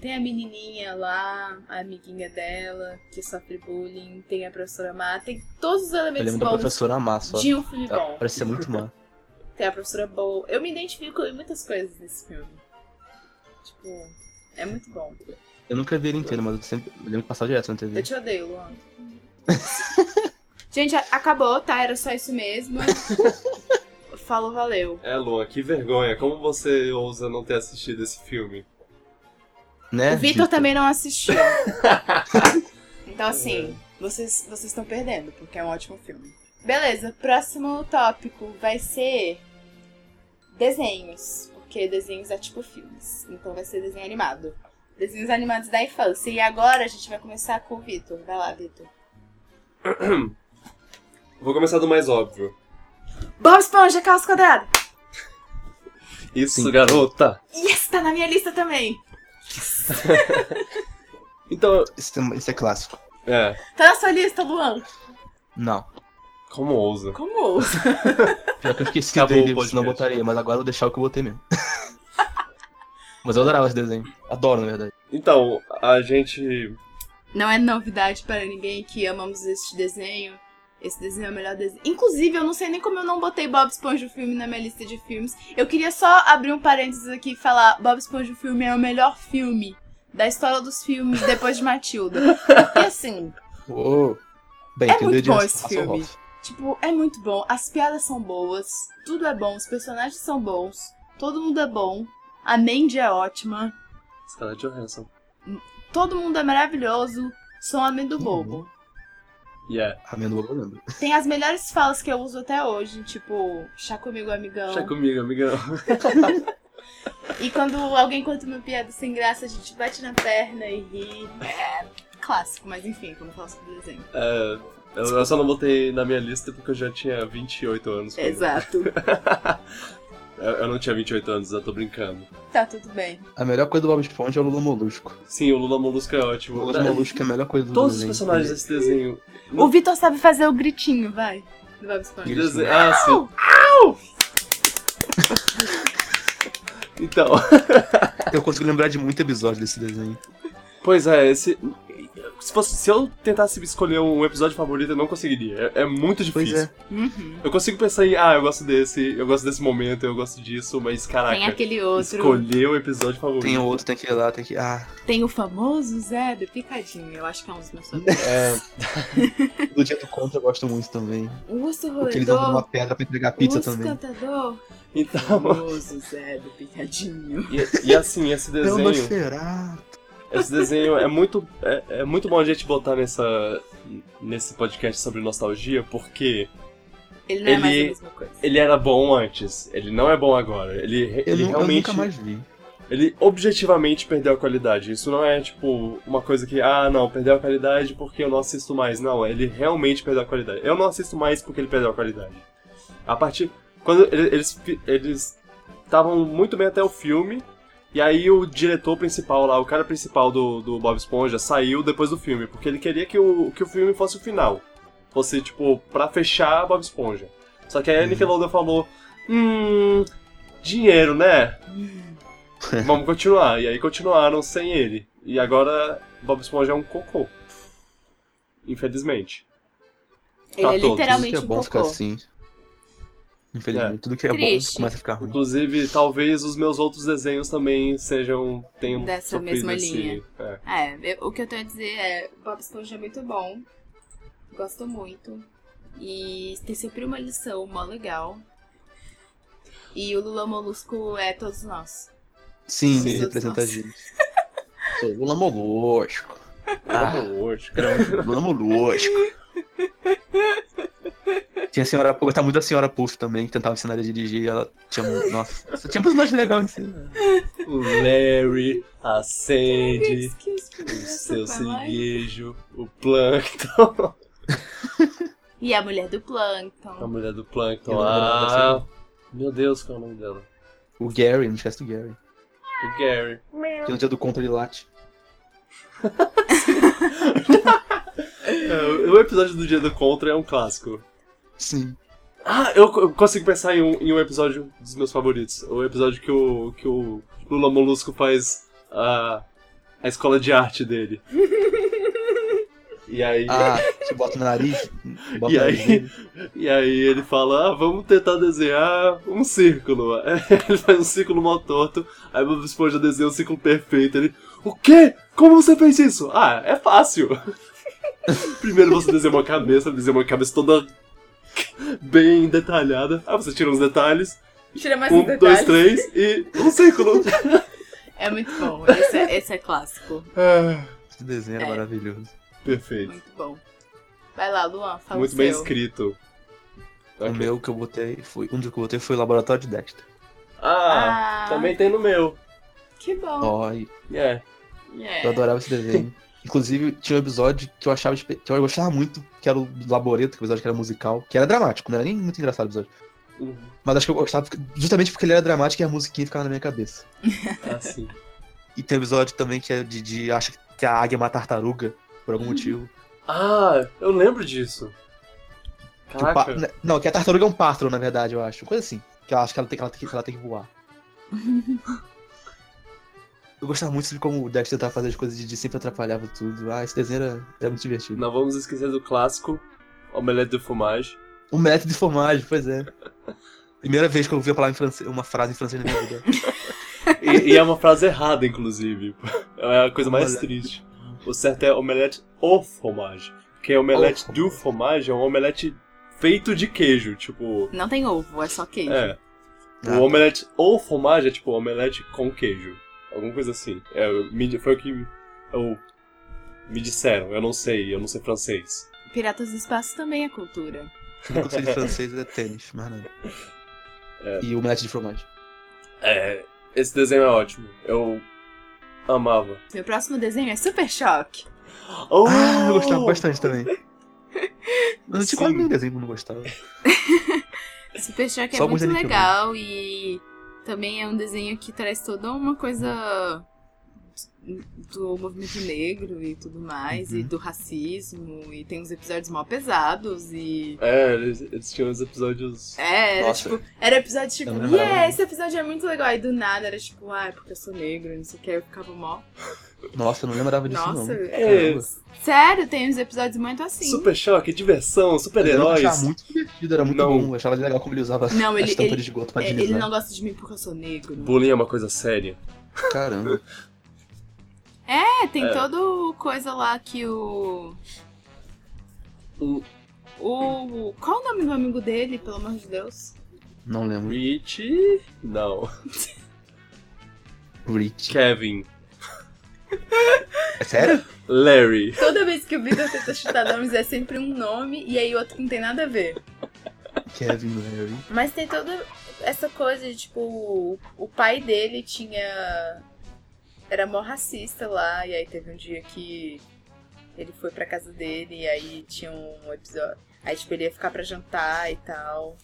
A: Tem a menininha lá, a amiguinha dela, que sofre bullying. Tem a professora Má. Tem todos os
B: Eu
A: elementos
B: lembro da
A: bons
B: professora má só. Tá.
A: de um filme
B: Ela
A: bom.
B: Parece ser muito má.
A: Tem a professora boa. Eu me identifico em muitas coisas nesse filme. Tipo, é muito bom.
B: Eu nunca vi ele inteiro, mas eu sempre eu lembro que passava direto na
A: Eu
B: TV.
A: te odeio, Luan. Gente, a- acabou, tá? Era só isso mesmo. Falou, valeu.
C: É, Luan, que vergonha. Como você ousa não ter assistido esse filme?
B: Né?
A: o É Vitor também não assistiu. então, assim, vocês vocês estão perdendo, porque é um ótimo filme. Beleza, próximo tópico vai ser desenhos. Porque desenhos é tipo filmes. Então vai ser desenho animado. Desenhos animados da infância. E agora a gente vai começar com o Vitor. Vai lá, Vitor.
C: Vou começar do mais óbvio.
A: Bob Esponja, Carlos Quadrado.
C: Isso,
B: Sim.
C: garota!
A: Yes, tá na minha lista também.
C: Então,
B: Esse, esse é clássico.
C: é.
A: Tá na sua lista, Luan?
B: Não.
C: Como ousa?
A: Como ousa?
B: Pior que eu esqueci
C: Acabou o
B: dele,
C: podcast.
B: não botaria, mas agora eu vou deixar o que eu botei mesmo. mas eu adorava esse desenho. Adoro, na verdade.
C: Então, a gente.
A: Não é novidade para ninguém que amamos este desenho. Esse desenho é o melhor desenho. Inclusive, eu não sei nem como eu não botei Bob Esponja o filme na minha lista de filmes. Eu queria só abrir um parênteses aqui e falar: Bob Esponja o filme é o melhor filme da história dos filmes depois de Matilda. E assim,
B: Uou. Bem,
A: É
B: quem
A: muito
B: deu
A: bom
B: dinheiro
A: esse
B: passou o
A: filme.
B: Ralph.
A: Tipo, é muito bom. As piadas são boas, tudo é bom, os personagens são bons, todo mundo é bom, a Mandy é ótima,
C: Scarlett Johansson.
A: todo mundo é maravilhoso, sou homem do bobo.
C: Yeah.
B: Amêndoa, eu lembro.
A: Tem as melhores falas que eu uso até hoje, tipo, chá comigo, amigão.
C: Chá comigo, amigão.
A: E quando alguém conta uma piada sem graça, a gente bate na perna e ri. É clássico, mas enfim, como falo sobre desenho.
C: É, eu, eu só não botei na minha lista porque eu já tinha 28 anos. quando-
A: Exato.
C: Eu, eu não tinha 28 anos, eu tô brincando.
A: Tá tudo bem.
B: A melhor coisa do Bob Esponja é o Lula Molusco.
C: Sim, o Lula Molusco é
B: O
C: ótimo.
B: Lula Molusco é a melhor coisa do
C: Todos os
B: desenho.
C: personagens desse desenho.
A: O Vitor sabe fazer o gritinho, vai. Do Bob Esponja.
B: Grito.
C: Dese- Ah, sim. Então. Então,
B: Eu consigo lembrar de muito episódio desse desenho.
C: Pois é, esse. se, fosse, se eu tentasse escolher um episódio favorito, eu não conseguiria. É, é muito
B: Pois
C: difícil.
B: é.
A: Uhum.
C: Eu consigo pensar em, ah, eu gosto desse, eu gosto desse momento, eu gosto disso, mas
B: Ah,
C: caraca,
A: Tem aquele outro.
C: escolher o episódio favorito.
B: Tem um outro, tem aquele lá, tem que. Ah,
A: Tem o famoso Zé do Picadinho. Eu acho que é um dos meus favoritos.
B: do dia do contra eu gosto muito também.
A: O urso
B: Porque eles dão uma
A: roedor.
B: pedra pra entregar
A: O
B: pizza
A: urso
B: também. Tá
A: cantador.
C: Então,
A: famoso Zé do Picadinho.
C: e, e assim, esse
B: Eu
C: desenho.
B: não será.
C: Esse desenho é muito, é, é muito bom a gente botar nessa, nesse podcast sobre nostalgia, porque
A: Ele não é mais a
C: Ele-
A: mesma coisa.
C: ele era bom antes, ele não é bom agora. Ele,
B: Eu,
C: ele
B: nu- eu
C: realmente.
B: nunca mais vi.
C: Ele objetivamente perdeu a qualidade. Isso não é tipo uma coisa que, ah, não, perdeu a qualidade porque eu não assisto mais. Não, ele realmente perdeu a qualidade. Eu não assisto mais porque ele perdeu a qualidade. A partir. Quando ele- eles fi- eles estavam muito bem até o filme. E aí o diretor principal lá, o cara principal do, do Bob Esponja, saiu depois do filme, porque ele queria que o, que o filme fosse o final. Fosse, tipo, pra fechar Bob Esponja. Só que aí a
B: Uhum.
C: Nickelodeon falou. Hum. Dinheiro, né? Vamos continuar. E aí continuaram sem ele. E agora Bob Esponja é um cocô. Infelizmente.
A: Ele é
C: todos.
B: Tudo
A: literalmente
B: que é
A: um
B: bom fica
A: cocô.
B: assim. Infelizmente, tudo que é
A: Triste.
B: bom começa a ficar ruim.
C: Inclusive, talvez os meus outros desenhos também sejam. tenham
A: Dessa
C: sofrido
A: mesma
C: esse-
A: linha.
C: é.
A: É, eu- o que eu tenho a dizer é, Bob Esponja é muito bom, gosto muito, e tem sempre uma lição mó legal. E o Lula Molusco é todos nós.
B: Sim,
C: Sim.
B: ele representa a gente. Sou Lula
A: é
B: Molusco. Ah,
C: Como hoje, cara.
B: Lula é Molusco. Tinha a senhora, eu gostava muito da senhora Puff também, que tentava ensinar ele a dirigir. e Ela tinha. um- Nossa, só tinha um personagem legal em si.
C: O Larry acende
A: Excuse me,
C: o
A: essa
C: seu
A: foi lá.
C: ciliejo, o Plankton.
A: E a mulher do
C: A
A: Plankton.
C: mulher do
B: Eu
C: Plankton.
B: não lembro
C: Ah, meu Deus, qual é o nome dela?
B: O Gary, não esquece do Gary.
C: O Gary.
B: Que no dia do contra ele late.
C: É, o o episódio do Dia do Contra é um clássico.
B: Sim.
C: Ah, eu co- eu consigo pensar em um, em um episódio dos meus favoritos. O episódio que o, que o Lula Molusco faz a, a escola de arte dele. E aí,
B: Ah, que bota no nariz. Bota
C: E
B: no
C: aí?
B: nariz dele.
C: e aí ele fala, ah, vamos tentar desenhar um círculo. Ele faz um círculo mal torto, aí o Bob Esponja desenha um círculo perfeito. Ele, o quê? Como você fez isso? Ah, é fácil. Primeiro você desenha uma cabeça, desenha uma cabeça toda bem detalhada. Aí você tira uns detalhes,
A: Tira mais
C: Um,
A: um
C: dois,
A: detalhe.
C: três e um círculo.
A: É muito bom, esse é, esse é clássico.
C: Ah,
B: Esse desenho era
A: É.
B: maravilhoso.
C: Perfeito.
A: Muito bom. Vai lá, Luan, fala
C: Muito
A: o
C: bem
A: Tá seu.
C: escrito.
B: O
C: Ok.
B: meu que eu botei foi. Um dos que eu botei foi o Laboratório de Dexter.
C: Ah,
A: Ah,
C: também tem no meu.
A: que bom.
B: Ó, e
C: É.
A: É.
B: eu adorava esse desenho. Inclusive, tinha um episódio que eu achava espe- que eu gostava muito, que era o do Laboreto, que é um episódio que era musical, que era dramático, não era nem muito engraçado o episódio.
C: Uhum.
B: Mas acho que eu gostava porque- justamente porque ele era dramático e a musiquinha ficava na minha cabeça.
C: Assim.
B: E tem um episódio também que é de, de acha que a águia é uma tartaruga, por algum motivo.
C: Ah, eu lembro disso.
B: Que o pá-
C: Caraca.
B: né, Não, que a tartaruga é um pássaro, na verdade, eu acho. Coisa assim. Que ela acha que ela tem que, ela tem que, ela tem que voar. eu gostava muito de como o Dex tentava fazer as coisas de, de sempre atrapalhava tudo. Ah, esse desenho era, era muito divertido.
C: Não vamos esquecer do clássico Omelete de Fumage.
B: Um método de formagem, pois é. Primeira vez que eu ouvi a palavra em francês, uma frase em francês na minha vida.
C: E, e é uma frase errada, inclusive. É a coisa mais
B: Omelete.
C: triste. O certo é Omelete au Fumage. Porque Omelete
B: Au
C: du Fumage é um omelete feito de queijo. Tipo,
A: Não tem ovo, é só queijo.
C: é.
B: Ah,
C: O omelete ou fromage é tipo omelete com queijo. Alguma coisa assim. É, eu- me- foi o que eu, me disseram. Eu não sei, eu não sei francês.
A: Piratas do Espaço também é cultura.
B: tudo que eu sei de francês é tênis, mas nada. E o método de formagem.
C: É, esse desenho é ótimo. Eu amava.
A: Meu próximo desenho é Super Choque.
C: Oh!
B: Ah, eu gostava bastante também. Mas eu
C: Sim.
B: tinha quase nenhum desenho que eu não gostava.
A: Super Choque é
B: Só alguns
A: muito
B: desenhos que eu
A: legal e também é um desenho que traz toda uma coisa do movimento negro e tudo mais,
B: Uhum.
A: e do racismo, e tem uns episódios mal pesados, e.
C: É, eles, eles tinham os episódios.
A: É, era
B: Nossa.
A: tipo, era episódio tipo,
B: Eu não lembrava,
A: yeah,
B: não.
A: esse episódio é muito legal. Aí do nada era tipo, ah, é porque eu sou negro, não sei o que, eu ficava mó.
B: Nossa, eu não lembrava disso,
A: Nossa,
B: não.
A: é-
B: Caramba.
A: sério, tem uns episódios muito assim.
C: Super choque, diversão,
B: Eu
C: super-heróis.
B: achava muito divertido, era muito
C: Não.
B: bom. Eu achava legal como ele usava
A: Não,
B: as
A: ele-
B: tampas
A: ele-
B: de esgoto pra
A: É, ele
B: deslizar.
A: não gosta de mim porque eu sou negro. né?
C: Bullying é uma coisa séria.
B: Caramba.
A: É, tem
C: É.
A: todo coisa lá que o.
C: O
A: O. Qual o nome do amigo dele, pelo amor de Deus?
B: Não lembro.
C: Rich. Não.
B: Rich.
C: Kevin.
B: É sério?
C: Larry.
A: Toda vez que o Vitor tenta chutar nomes é sempre um nome e aí outro que não tem nada a ver.
B: Kevin Larry.
C: né?
A: Mas tem toda essa coisa de, tipo, o- o pai dele tinha. Era mó racista lá, e aí teve um dia que ele foi pra casa dele e aí tinha um episódio. Aí, tipo, ele ia ficar pra jantar e tal.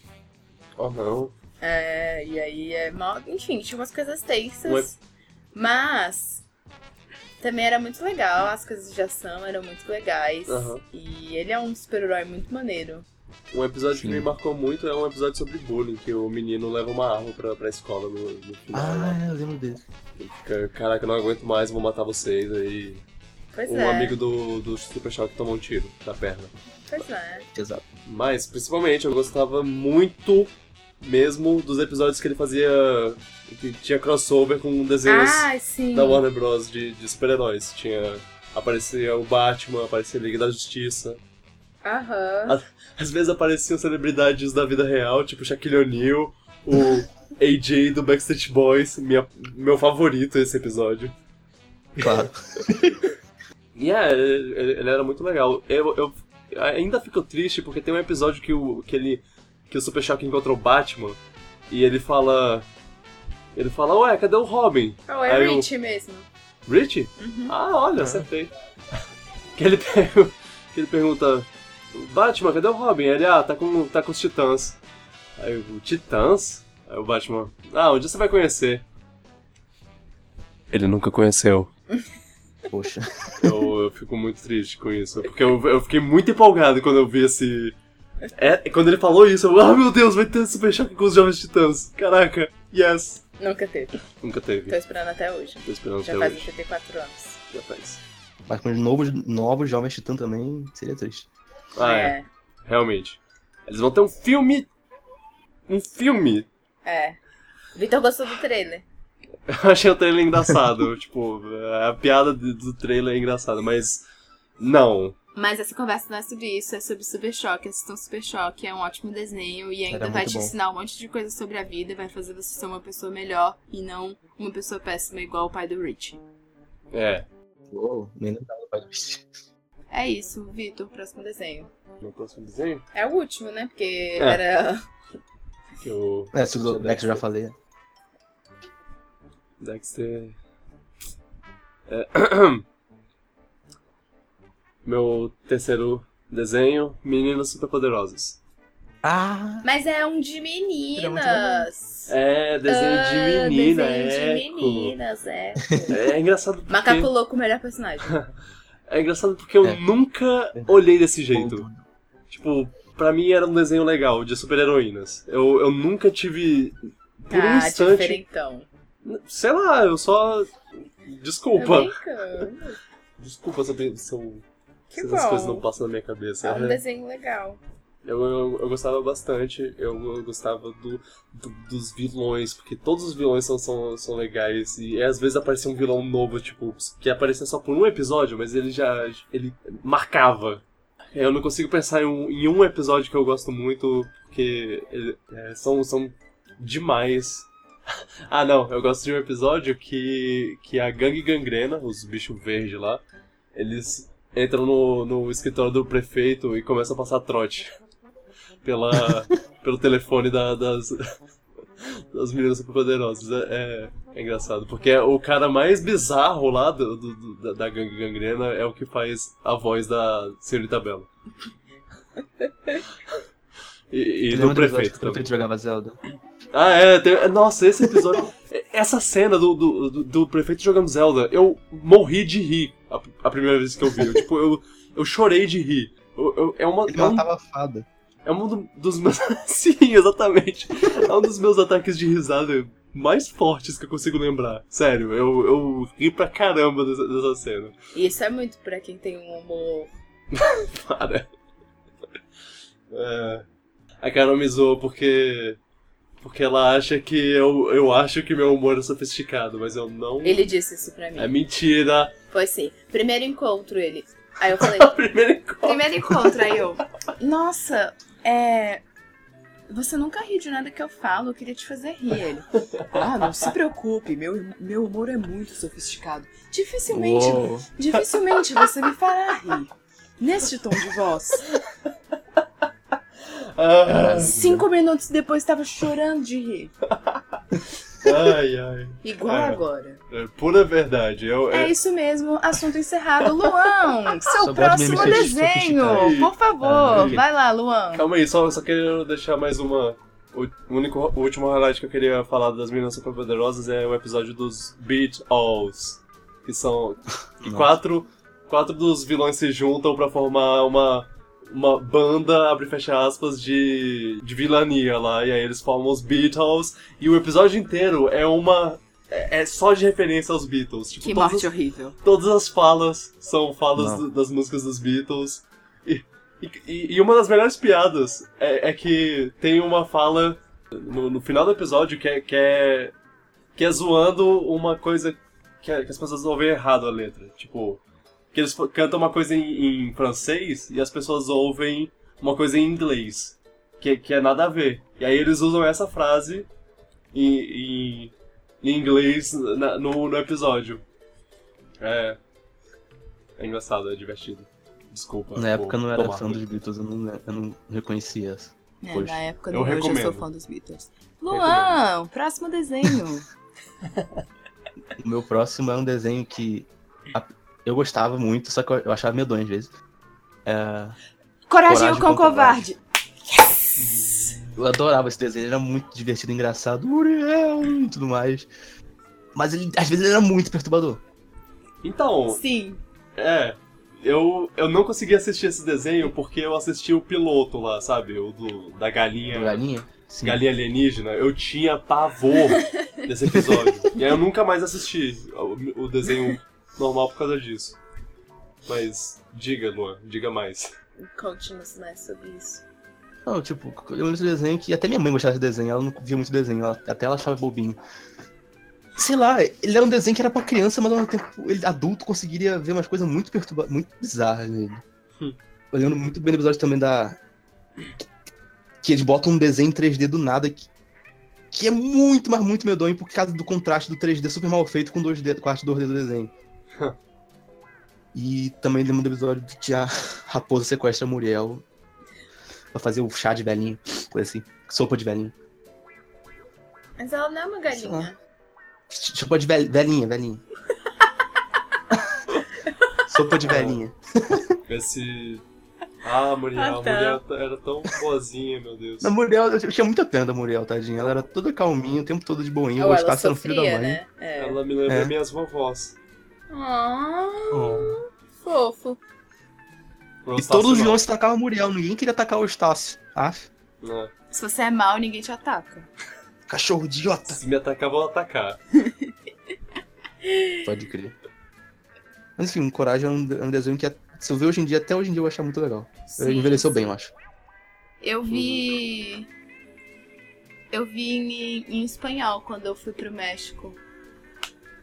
C: Oh, não.
A: É, e aí é mó. Enfim, tinha umas coisas
C: Ué.
A: tensas. Mas. Também era muito legal, as coisas de ação eram muito legais.
C: Aham.
A: E ele é um super-herói muito maneiro.
C: Um episódio que
B: Sim.
C: me marcou muito é um episódio sobre bullying, que o menino leva uma arma pra, pra escola no, no final. lá.
B: Ah, eu lembro dele.
C: Ele fica, caraca, eu não aguento mais, vou matar vocês. Aí
A: Pois
C: um
A: é.
C: amigo do, do Super Shock tomou um tiro na perna.
A: Pois é.
B: Exato.
C: Mas, principalmente, eu gostava muito mesmo dos episódios que ele fazia. que tinha crossover com desenhos
A: Ah, sim.
C: da Warner Bros. de, de super-heróis. Tinha. aparecia o Batman, aparecia a Liga da Justiça.
A: Aham.
C: Às vezes apareciam celebridades da vida real, tipo Shaquille O'Neal, o AJ do Backstreet Boys, minha, meu favorito esse episódio.
B: Claro.
C: E é, ele, ele era muito legal. Eu, eu ainda fico triste porque tem um episódio que o, que ele, que o Super Shock encontra o Batman e ele fala. Ele fala, ué, cadê o Robin?
A: Oh, é
C: Aí o-
A: Rich mesmo.
C: Rich? Ah, olha, acertei. Que ele, per- que ele pergunta: Batman, cadê o Robin? Ele, ah, tá com, tá com os titãs. Aí o Titãs? Aí o Batman: Ah, onde você vai conhecer? Ele nunca conheceu.
B: Poxa.
C: Eu, eu fico muito triste com isso, porque eu, eu fiquei muito empolgado quando eu vi esse. É, quando ele falou isso, eu, ah meu Deus, vai ter Super Choque com os Jovens Titãs. Caraca, yes.
A: Nunca teve.
C: Nunca
A: Tô
C: teve.
A: esperando até hoje.
C: Tô esperando
A: Já
C: até
A: faz um
C: hoje.
A: 84 anos.
C: Já faz.
B: Mas com os novos, novos jovens titã também seria triste.
C: Ah, é. Realmente. Eles vão ter um filme. Um filme.
A: É. é. Vitor gostou do trailer.
C: Eu achei o trailer engraçado. tipo, a piada do do trailer é engraçada, mas. Não.
A: Mas essa conversa não é sobre isso, é sobre Super Choque. Assistam Super Choque, é um ótimo desenho e ainda
B: Era
A: vai
B: muito
A: te
B: bom.
A: ensinar um monte de coisa sobre a vida, vai fazer você ser uma pessoa melhor e não uma pessoa péssima igual o pai do Rich.
C: É.
B: Uou, nem lembrava do pai do bicho.
A: É isso, Vitor, próximo desenho.
C: No próximo desenho?
A: É o último, né? Porque
C: É.
A: era.
C: Que o
B: É, se o Dex já falei.
C: Dexter. É... Meu terceiro desenho: Meninas Superpoderosas.
B: Ah!
A: Mas é um de meninas.
C: É, desenho
A: Ah,
C: de menina,
A: desenho
C: é.
A: de meninas, é.
C: É engraçado porque.
A: Macaco Louco, melhor personagem.
C: É engraçado porque eu
B: É.
C: nunca olhei desse jeito. Tipo, pra mim era um desenho legal de super-heroínas. Eu, eu nunca tive. Por um
A: ah,
C: instante.
A: diferentão.
C: Sei lá, eu só.
A: Tá
C: Desculpa.
A: brincando.
C: Desculpa se, eu tenho- se, eu-
A: Que
C: se essas
A: bom.
C: coisas não passam na minha cabeça.
A: É um
C: né?
A: desenho legal.
C: eu, eu, eu gostava bastante. Eu, eu gostava do, do- dos vilões, porque todos os vilões são, são, são legais. E às vezes aparecia um vilão novo, tipo, que aparecia só por um episódio, mas ele já. ele marcava. Eu não consigo pensar em um, em um episódio que eu gosto muito, porque ele- é, são, são demais. ah, não, eu gosto de um episódio que, que a gangue gangrena, os bichos verdes lá, eles entram no, no escritório do prefeito e começam a passar trote pela, pelo telefone da- das, das meninas superpoderosas. É, é, é engraçado, porque o cara mais bizarro lá do, do- do- da, da gangue gangrena é o que faz a voz da senhorita Bela. E, e
B: Lembra episódio
C: do prefeito
B: que O
C: também.
B: prefeito jogava Zelda.
C: Ah, é. tem- Nossa, esse episódio. essa cena do, do, do, do prefeito jogando Zelda, eu morri de rir a, a primeira vez que eu vi. Eu, tipo, eu, eu chorei de rir. Eu- eu- é, uma,
B: Ele
C: é, um,
B: matava a fada.
C: é um do- dos meus. Sim, exatamente. É um dos meus ataques de risada mais fortes que eu consigo lembrar. Sério, eu, eu ri pra caramba dessa, dessa cena.
A: Isso é muito pra quem tem um humor.
C: Para. É. A Carol me zoou porque. Porque ela acha que eu, eu acho que meu humor é sofisticado, mas eu não.
A: Ele disse isso pra mim.
C: É mentira.
A: Foi sim. Primeiro encontro, ele. Aí eu falei,
C: Primeiro encontro.
A: primeiro encontro, aí eu. Nossa, é. Você nunca ri de nada que eu falo, eu queria te fazer rir. Ele. Ah, não se preocupe, meu, meu humor é muito sofisticado. Dificilmente,
B: Uou.
A: dificilmente você me fará rir. Neste tom de voz.
C: Ah,
A: Cinco minutos depois estava chorando de rir.
C: ai, ai.
A: Igual
C: Cara.
A: agora.
C: É pura verdade. Eu,
A: É
C: é-
A: isso mesmo, assunto encerrado. Luan, seu
B: Só gosto de
A: próximo
B: memes
A: desenho.
B: sofisticados.
A: Por favor,
B: Ai.
A: vai lá, Luan.
C: é, Calma aí, só, só queria deixar mais uma. O único, o último highlight que eu queria falar das meninas superpoderosas é o episódio dos Beat Alls. Que são. Que
B: Nossa.
C: quatro, quatro dos vilões se juntam pra formar uma. Uma banda, abre e fecha aspas, de, de vilania lá. E aí eles formam os Beatles. E o episódio inteiro é uma. É é só de referência aos Beatles. Tipo,
A: Que
C: todas
A: morte horrível.
C: todas as falas são falas
B: Não.
C: do- das músicas dos Beatles. E, e- e uma das melhores piadas é, é que tem uma fala no, no final do episódio que é, que é, que é zoando uma coisa que, é- que as pessoas ouvem errado a letra. Tipo, que eles fa- cantam uma coisa em, em francês e as pessoas ouvem uma coisa em inglês, que, que é nada a ver. E aí eles usam essa frase em, em- em inglês na- no, no episódio. É. É engraçado, é divertido. Desculpa.
B: Na época eu não era
C: tomar.
B: fã dos Beatles, eu não, eu não reconhecia essa.
A: É,
B: Poxa,
A: na época do
C: eu
A: hoje eu sou
C: recomendo.
A: fã dos Beatles. Luan, próximo desenho.
B: O meu próximo é um desenho que a- eu gostava muito, só que eu- eu achava medonho às vezes. É,
A: Coragem ou com
B: Coragem com
A: covarde.
B: Eu adorava esse desenho, ele era muito divertido, engraçado, Uriel e tudo mais. Mas ele, às vezes ele era muito perturbador.
C: Então,
A: Sim.
C: é. Eu, eu não consegui assistir esse desenho porque eu assisti o piloto lá, sabe? O do, da galinha.
B: Do Galinha? Sim.
C: Galinha alienígena, eu tinha pavor desse episódio. E aí eu nunca mais assisti o, o desenho normal por causa disso. Mas diga, Luan, diga mais.
A: Conte-nos mais sobre isso.
B: Não, tipo, eu lembro desse desenho que até minha mãe gostava desse desenho, ela não via muito desenho, ela- até ela achava bobinho. Sei lá, ele era um desenho que era pra criança, mas ao mesmo tempo ele adulto conseguiria ver umas coisas muito perturbadoras, muito bizarras nele.
C: Hum.
B: Eu lembro muito bem do episódio também da. Que eles botam um desenho em 3D do nada que, que é muito, mas muito medonho por causa do contraste do 3D super mal feito com 2D, com a arte 2D do desenho. e também lembro do episódio de que a raposa sequestra a Muriel Pra fazer o chá de velhinho, coisa assim. Sopa de velhinho.
A: Mas ela não é uma galinha.
B: Sopa de vel- velhinha, velhinha. Sopa de velhinha.
C: Esse. Ah, Muriel,
A: Ah, tá.
C: a Muriel t- era tão boazinha, meu Deus.
B: Na Muriel, eu tinha muita pena da Muriel, tadinha. Ela era toda calminha, o tempo todo de boinha. Eu
A: Ou ela
B: gostava de ser um filho da
A: sofria,
B: mãe.
A: né? É.
C: Ela me lembra
B: É.
C: minhas vovós.
A: Ah,
B: Oh.
A: fofo.
C: Pro
B: E
C: Eustácio,
B: todos os
C: não.
B: vilões atacavam a Muriel, ninguém queria atacar o Eustácio. Ah,
C: Não.
A: Se você é mal, ninguém te ataca.
B: cachorro idiota.
C: Se me atacar, vou atacar.
B: Pode crer. Mas enfim, Coragem é um, é um desenho que se eu ver hoje em dia, até hoje em dia eu vou achar muito legal. Ele envelheceu bem, eu acho.
A: Eu vi. Eu vi em, em espanhol quando eu fui pro México.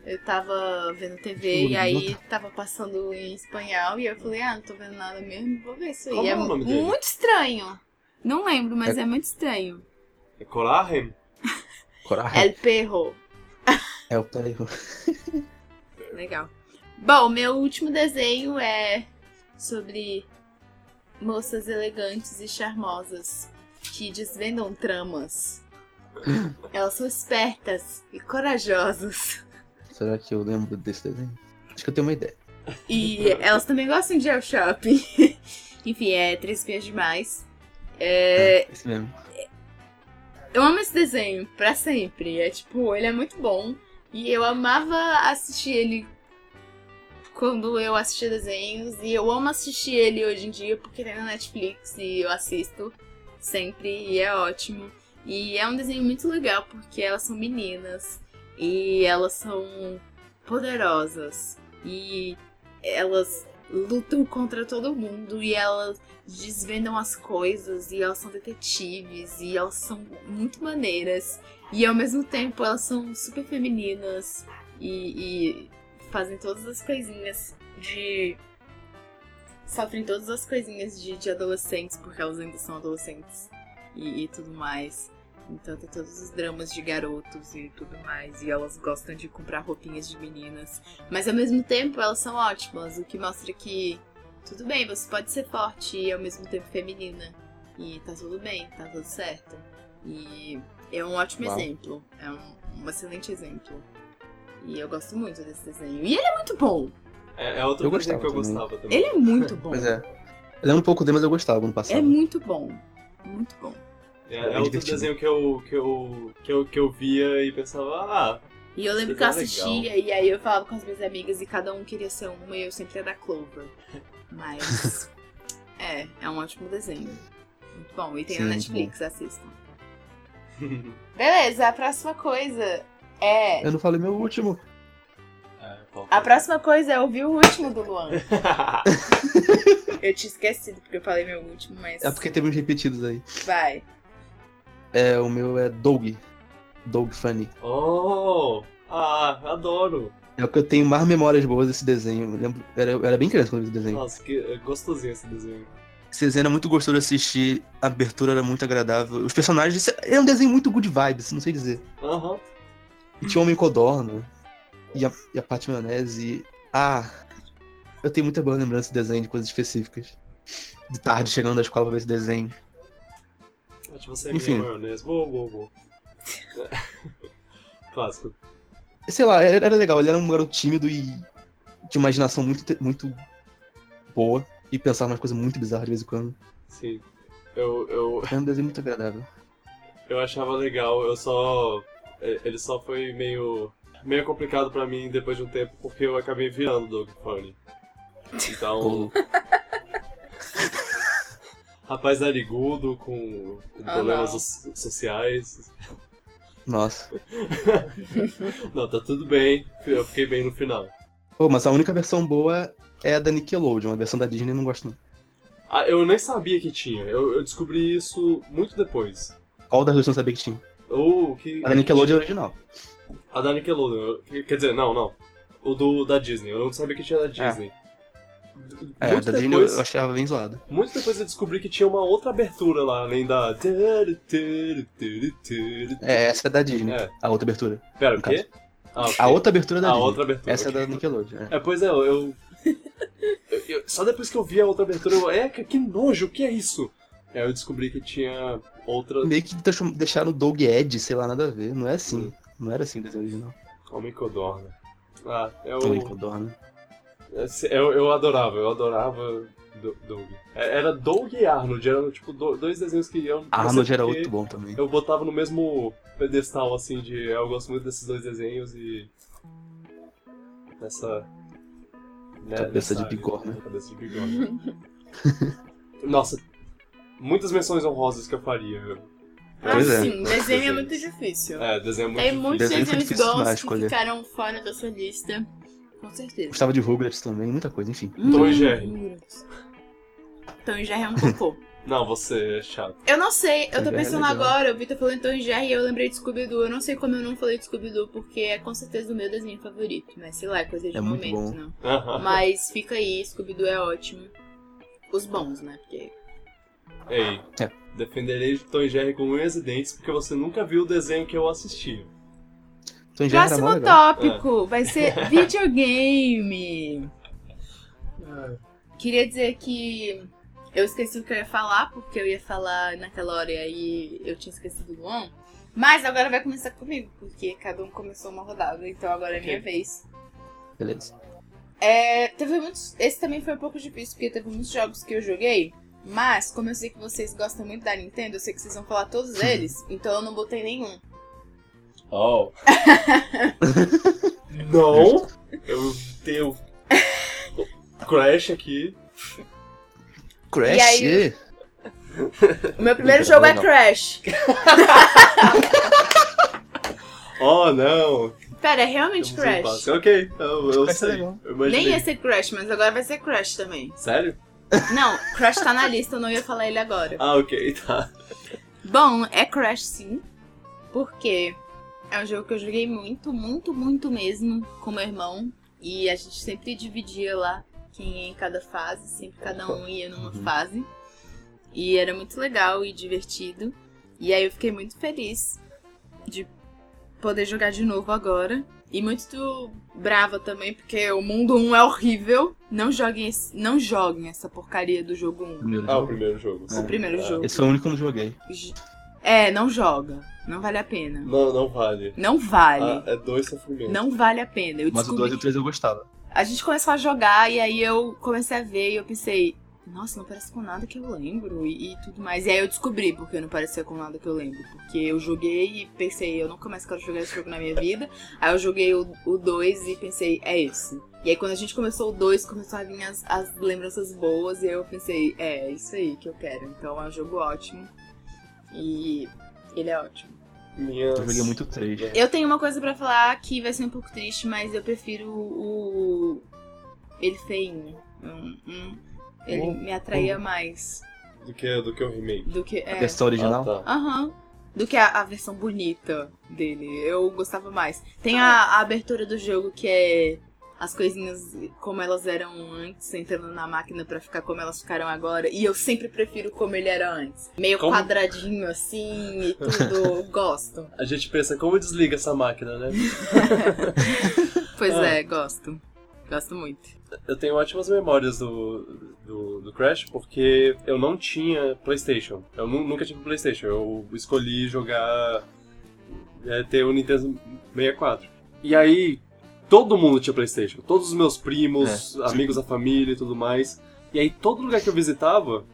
A: Eu tava vendo TV e aí tava passando em espanhol e eu falei, ah, não tô vendo nada mesmo, vou ver isso aí.
C: Como é o
A: mu-
C: nome dele?
A: muito estranho. Não lembro, mas é, muito estranho.
C: É coragem?
B: Coragem.
A: El Perro.
B: É, o peraí.
A: Legal. Bom, meu último desenho é sobre moças elegantes e charmosas que desvendam tramas. Elas são espertas e corajosas.
B: Será que eu lembro desse desenho? Acho que eu tenho uma ideia.
A: E elas também gostam de ir ao shopping. Enfim, é Três Espiãs Demais. É,
B: Esse mesmo.
A: eu amo esse desenho pra sempre. É tipo, ele é muito bom. E eu amava assistir ele quando eu assistia desenhos. E eu amo assistir ele hoje em dia porque tem na Netflix e eu assisto sempre e é ótimo. E é um desenho muito legal porque elas são meninas e elas são poderosas e elas lutam contra todo mundo e elas desvendam as coisas e elas são detetives e elas são muito maneiras e ao mesmo tempo elas são super femininas e, e fazem todas as coisinhas de sofrem todas as coisinhas de, de adolescentes porque elas ainda são adolescentes e, e tudo mais então tem todos os dramas de garotos e tudo mais e elas gostam de comprar roupinhas de meninas mas ao mesmo tempo elas são ótimas o que mostra que tudo bem, você pode ser forte e ao mesmo tempo feminina. E tá tudo bem, tá tudo certo. E é um ótimo
B: Uau.
A: exemplo. É um, um excelente exemplo. E eu gosto muito desse desenho. E ele é muito bom.
C: É, é outro
B: Eu
C: desenho que eu
B: gostava
C: gostava também.
A: Ele é muito bom.
B: Pois é. Eu lembro um pouco dele, mas eu gostava no passado.
A: É muito bom. Muito bom.
C: É,
B: É
C: é outro
B: divertido.
C: desenho que eu, que, eu, que, eu, que eu via e pensava, ah,
A: E eu lembro
C: Esse
A: que eu
C: desenho é
A: assistia e aí eu falava com as minhas amigas e cada um queria ser uma e eu sempre ia da Clover. Mas. é, é um ótimo desenho. Muito bom. E tem
B: Sim,
A: na
B: muito bom.
A: Netflix, assistam. Beleza, a próxima coisa é.
B: Eu não falei meu último.
C: é, falta.
A: A próxima coisa é ouvir o último do Luan. Eu tinha esquecido porque eu falei meu último, mas.
B: É porque teve uns repetidos aí.
A: Vai.
B: É, o meu é Doug. Doug Funny.
C: oh, ah, adoro.
B: É o que eu tenho mais memórias boas desse desenho. Eu, lembro, eu era, eu era bem criança quando eu vi esse desenho.
C: Nossa, que é gostosinho esse desenho.
B: Esse desenho era muito gostoso de assistir, a abertura era muito agradável. Os personagens. É um desenho muito good vibes, não sei dizer.
C: Aham.
B: E tinha o Homem Codorna. E a, e a Paty Maionese. e- Ah! Eu tenho muita boa lembrança desse desenho, de coisas específicas. De tarde chegando da escola pra ver esse desenho.
C: Acho que você é minha
B: Enfim.
C: maionese. Uou, uou, uou. Clássico.
B: Sei lá, era, era legal. Ele era um garoto tímido e. de imaginação muito, inte- muito boa. E pensava umas coisas muito bizarras de vez em quando.
C: Sim. Eu, eu,
B: Era um desenho muito agradável.
C: eu achava legal, eu só. eh, Ele só foi meio. meio complicado pra mim depois de um tempo, porque eu acabei virando Dog Funny. Então,
B: Como-
C: rapaz narigudo, com, com
A: Ah,
C: problemas
A: não.
C: so- sociais.
B: Nossa.
C: Não, tá tudo bem, eu fiquei bem no final.
B: Pô, mas a única versão boa é a da Nickelodeon. A versão da Disney eu não gosto, não.
C: Ah, eu nem sabia que tinha, eu, eu descobri isso muito depois.
B: Qual das duas eu não sabia que tinha?
C: Ou que.
B: A da Nickelodeon é original.
C: A da Nickelodeon, eu- quer dizer, não, não. O do da Disney, eu não sabia que tinha da Disney.
B: É, a
C: muito,
B: da Disney eu-
C: depois,
B: eu achava bem zoada.
C: muito depois eu descobri que tinha uma outra abertura lá, além da.
B: É, essa é da Disney.
C: É.
B: A outra abertura.
C: Pera, o
B: no
C: quê? Ah, ok.
B: A outra abertura é da
C: A
B: Disney.
C: outra abertura.
B: Essa é
C: ok.
B: da Nickelodeon. é.
C: É, pois é, eu. eu- eu- eu- só depois que eu vi a outra abertura, eu. Eca, que nojo, o que é isso? Aí eu descobri que tinha outra.
B: Meio que deixou- deixaram o Doug Ed, sei lá, nada a ver. Não é
C: Hum.
B: assim. Não era assim o desenho original.
C: Homem Codorna. Ah, eu, assim,
B: Homem Codorna.
C: eu. Eu adorava, eu adorava Do- Doug. É, Era Doug e Arnold, eram tipo do- dois desenhos que eu. não sei
B: Arnold era
C: é porque
B: muito bom também.
C: Eu botava no mesmo pedestal, assim, de. Eu gosto muito desses dois desenhos e. Nessa. né,
B: Cabeça
C: nessa
B: de
C: área,
B: bigorna.
C: né, Cabeça de bigorna. Nossa, muitas menções honrosas que eu faria.
A: Ah,
B: Pois é.
A: sim, desenho é muito difícil.
C: É, desenho muito.
A: Tem muitos
B: Desenho foi
A: desenhos
B: difícil demais
A: bons que
B: escolher.
A: ficaram fora da sua lista. Com certeza. Hum,
B: Gostava de Rugrats também, muita coisa, enfim.
C: Tom e Jerry.
A: Tom e Jerry é um cocô.
C: Não, você é chato.
A: Eu não sei, eu
B: Tom
A: tô
B: e Jerry é
A: pensando
B: legal.
A: agora, o Vitor falou em Tom e Jerry e eu lembrei de Scooby-Doo. Eu não sei como eu não falei de Scooby-Doo, porque é com certeza o meu desenho favorito. Mas sei lá, é coisa de
B: É muito
A: momento,
B: bom.
A: não.
C: Aham.
A: Mas fica aí, Scooby-Doo é ótimo. Os bons, né? Porque
C: Ei,
B: É.
C: defenderei Tom e Jerry com unhas e dentes porque você nunca viu o desenho que eu assisti.
B: Tom e Jerry Então era mó
A: Próximo
B: legal.
A: tópico vai ser videogame. Queria dizer que eu esqueci o que eu ia falar, porque eu ia falar naquela hora e aí eu tinha esquecido do Luan. Mas agora vai começar comigo, porque cada um começou uma rodada, então agora é minha
C: Ok.
A: vez.
B: Beleza.
A: É, teve muitos. Esse também foi um pouco difícil, porque teve muitos jogos que eu joguei, Mas, como eu sei que vocês gostam muito da Nintendo, eu sei que vocês vão falar todos eles, então eu não botei nenhum.
C: Oh. não! Eu tenho o Crash aqui.
B: Crash?
A: E aí- O meu primeiro
B: Não,
A: jogo é
B: não.
A: Crash.
C: Oh, não!
A: Pera, é realmente
C: Temos um
A: Crash.
C: passo. Ok, eu, eu
B: Crash é
C: sei.
B: legal.
C: Eu imaginei.
A: Nem ia ser Crash, mas agora vai ser Crash também.
C: Sério?
A: Não, Crash tá na lista, eu não ia falar ele agora.
C: Ah, ok, tá.
A: Bom, é Crash sim, porque é um jogo que eu joguei muito, muito, muito mesmo com meu irmão. E a gente sempre dividia lá quem ia em cada fase, sempre cada um ia numa
C: Uhum.
A: fase. E era muito legal e divertido. E aí eu fiquei muito feliz de poder jogar de novo agora. E muito brava também, porque o mundo 1 é horrível. Não joguem, esse- não joguem essa porcaria do jogo 1.
B: Primeiro
C: Ah, o
B: jogo.
C: primeiro jogo.
A: O primeiro
C: Ah,
A: jogo.
B: Esse foi o único que eu não joguei.
A: J- É, não joga. Não vale a pena.
C: Não, não vale.
A: Não vale.
C: Ah, é dois sofrimentos.
A: Não vale a pena. Eu
B: Mas o é 2
A: descobri.
B: e o 3 eu gostava.
A: A gente começou a jogar e aí eu comecei a ver e eu pensei, nossa, não parece com nada que eu lembro e, e tudo mais. E aí eu descobri porque não parecia com nada que eu lembro. Porque eu joguei e pensei, eu nunca mais quero jogar esse jogo na minha vida. Aí eu joguei o 2 e pensei, é esse. E aí quando a gente começou o 2, começou a vir as, as lembranças boas e aí eu pensei, é, é isso aí que eu quero. Então é um jogo ótimo. E ele é ótimo.
C: Minhas...
B: Eu joguei muito o 3.
A: Eu tenho uma coisa pra falar que vai ser um pouco triste, mas eu prefiro o. Ele feinho. Hum, hum. Ele
B: Hum,
A: me atraía mais
C: Do que, do que o remake.
A: do que.
B: A
A: É.
B: versão original.
C: Ah, tá.
A: Aham. Do que a, a versão bonita dele. Eu gostava mais. Tem a, a abertura do jogo que é as coisinhas como elas eram antes, entrando na máquina pra ficar como elas ficaram agora. E eu sempre prefiro como ele era antes. Meio
C: Como?
A: quadradinho assim e tudo. gosto.
C: A gente pensa, como desliga essa máquina, né?
A: Pois
C: Ah.
A: é, gosto. Gosto muito.
C: Eu tenho ótimas memórias do, do, do Crash, porque eu não tinha Playstation. Eu nu- nunca tive Playstation. Eu escolhi jogar... é, ter o Nintendo 64. E aí, todo mundo tinha Playstation. Todos os meus primos,
B: É.
C: amigos da família e tudo mais. E aí, todo lugar que eu visitava...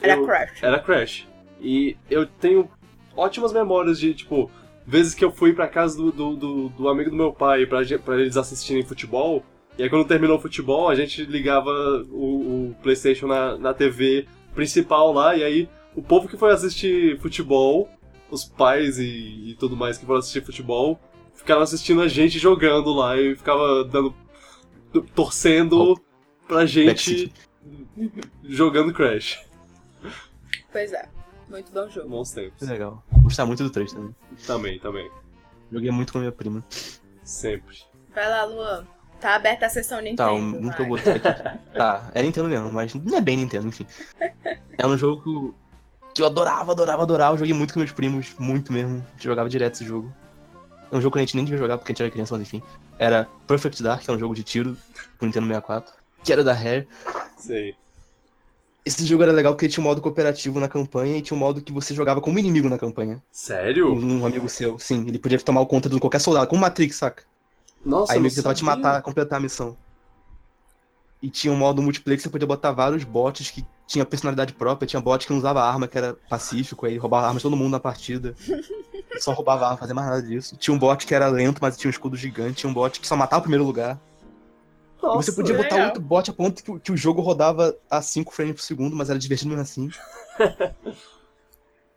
C: eu-
A: Crash.
C: era Crash. E eu tenho ótimas memórias de, tipo, vezes que eu fui pra casa do, do, do- do amigo do meu pai pra, ge- pra eles assistirem futebol. E aí quando terminou o futebol, a gente ligava o, o Playstation na, na TV principal lá, e aí o povo que foi assistir futebol, os pais e, e tudo mais que foram assistir futebol, ficaram assistindo a gente jogando lá e ficava dando. torcendo pra gente jogando Crash.
A: Pois é. Muito bom jogo.
C: Bons tempos.
B: Que legal. Gostava muito do 3 também.
C: Também, também.
B: Joguei muito com a minha prima.
C: Sempre.
A: Vai lá, Luan. Tá aberta a sessão Nintendo.
B: Tá, um, um que eu
A: vai.
B: botei aqui. Tá, é Nintendo mesmo, mas não é bem Nintendo, enfim. É um jogo que eu adorava, adorava, adorava. Eu joguei muito com meus primos, muito mesmo. A gente jogava direto esse jogo. É um jogo que a gente nem devia jogar porque a gente era criança, mas enfim. Era Perfect Dark, que é um jogo de tiro pro Nintendo 64, que era da Rare.
C: Sei.
B: Esse jogo era legal porque tinha um modo cooperativo na campanha e tinha um modo que você jogava como inimigo na campanha.
C: Sério?
B: Um amigo seu, sim. Ele podia tomar o conta de qualquer soldado, como Matrix, saca?
C: Nossa,
B: Aí
C: não
B: meio que tentava te
C: sabia.
B: matar, completar a missão. E tinha um modo multiplayer que você podia botar vários bots que tinha personalidade própria. Tinha bot que não usava arma, que era pacífico, aí roubava armas de todo mundo na partida. Ele só roubava arma, fazia mais nada disso. Tinha um bot que era lento, mas tinha um escudo gigante. Tinha um bot que só matava o primeiro lugar. E
C: Nossa,
B: você podia botar
A: legal.
B: outro bot a ponto que, o- que o jogo rodava a 5 frames por segundo, mas era divertido mesmo assim.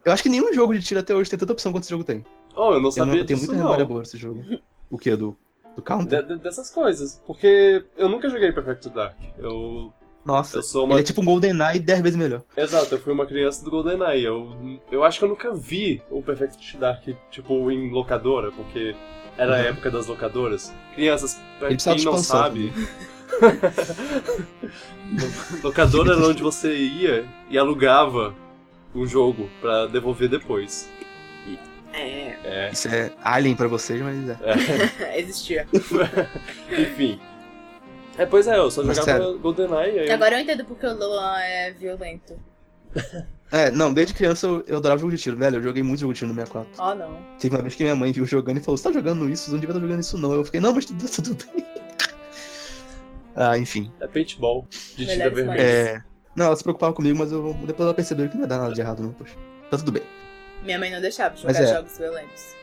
B: Eu acho que nenhum jogo de tiro até hoje tem tanta opção quanto esse jogo tem.
C: Oh, eu não
B: Eu,
C: sabia
B: não, eu tenho
C: disso,
B: muita
C: não.
B: memória boa desse jogo. O quê? Do, do Counter?
C: De- de- dessas coisas. Porque eu nunca joguei Perfect Dark. Eu.
B: Nossa.
C: Eu sou uma.
B: Ele é tipo um GoldenEye 10 vezes melhor.
C: Exato, eu fui uma criança do GoldenEye. Eu, eu acho que eu nunca vi o Perfect Dark, tipo, em locadora, porque era a
B: Uhum.
C: época das locadoras. Crianças, pra
B: Ele precisava
C: quem
B: de
C: não
B: expansão.
C: sabe. locadora era onde você ia e alugava um jogo pra devolver depois.
A: É,
C: É.
B: Isso é Alien pra vocês, mas é.
A: existia.
C: Enfim. É, pois é, eu só
B: Mas
C: jogava
B: sério.
C: GoldenEye aí. eu-
A: Agora eu entendo porque o Luan é violento.
B: É, não, desde criança eu, eu adorava jogo de tiro, velho. Eu joguei muito jogo de tiro no 64.
A: Oh, não.
B: Teve uma vez que minha mãe viu jogando e falou: Você tá jogando isso? Você não devia estar jogando isso, não. Eu fiquei: Não, mas tudo, tudo bem. Ah, enfim.
C: É paintball de tinta
A: Melhores
C: vermelha.
A: coisas.
B: É. Não, ela se preocupava comigo, mas eu depois ela percebeu que não ia dar nada de errado, não, poxa. Tá tudo bem.
A: Minha mãe não deixava de
B: Mas
A: jogar
B: é.
A: jogos violentos.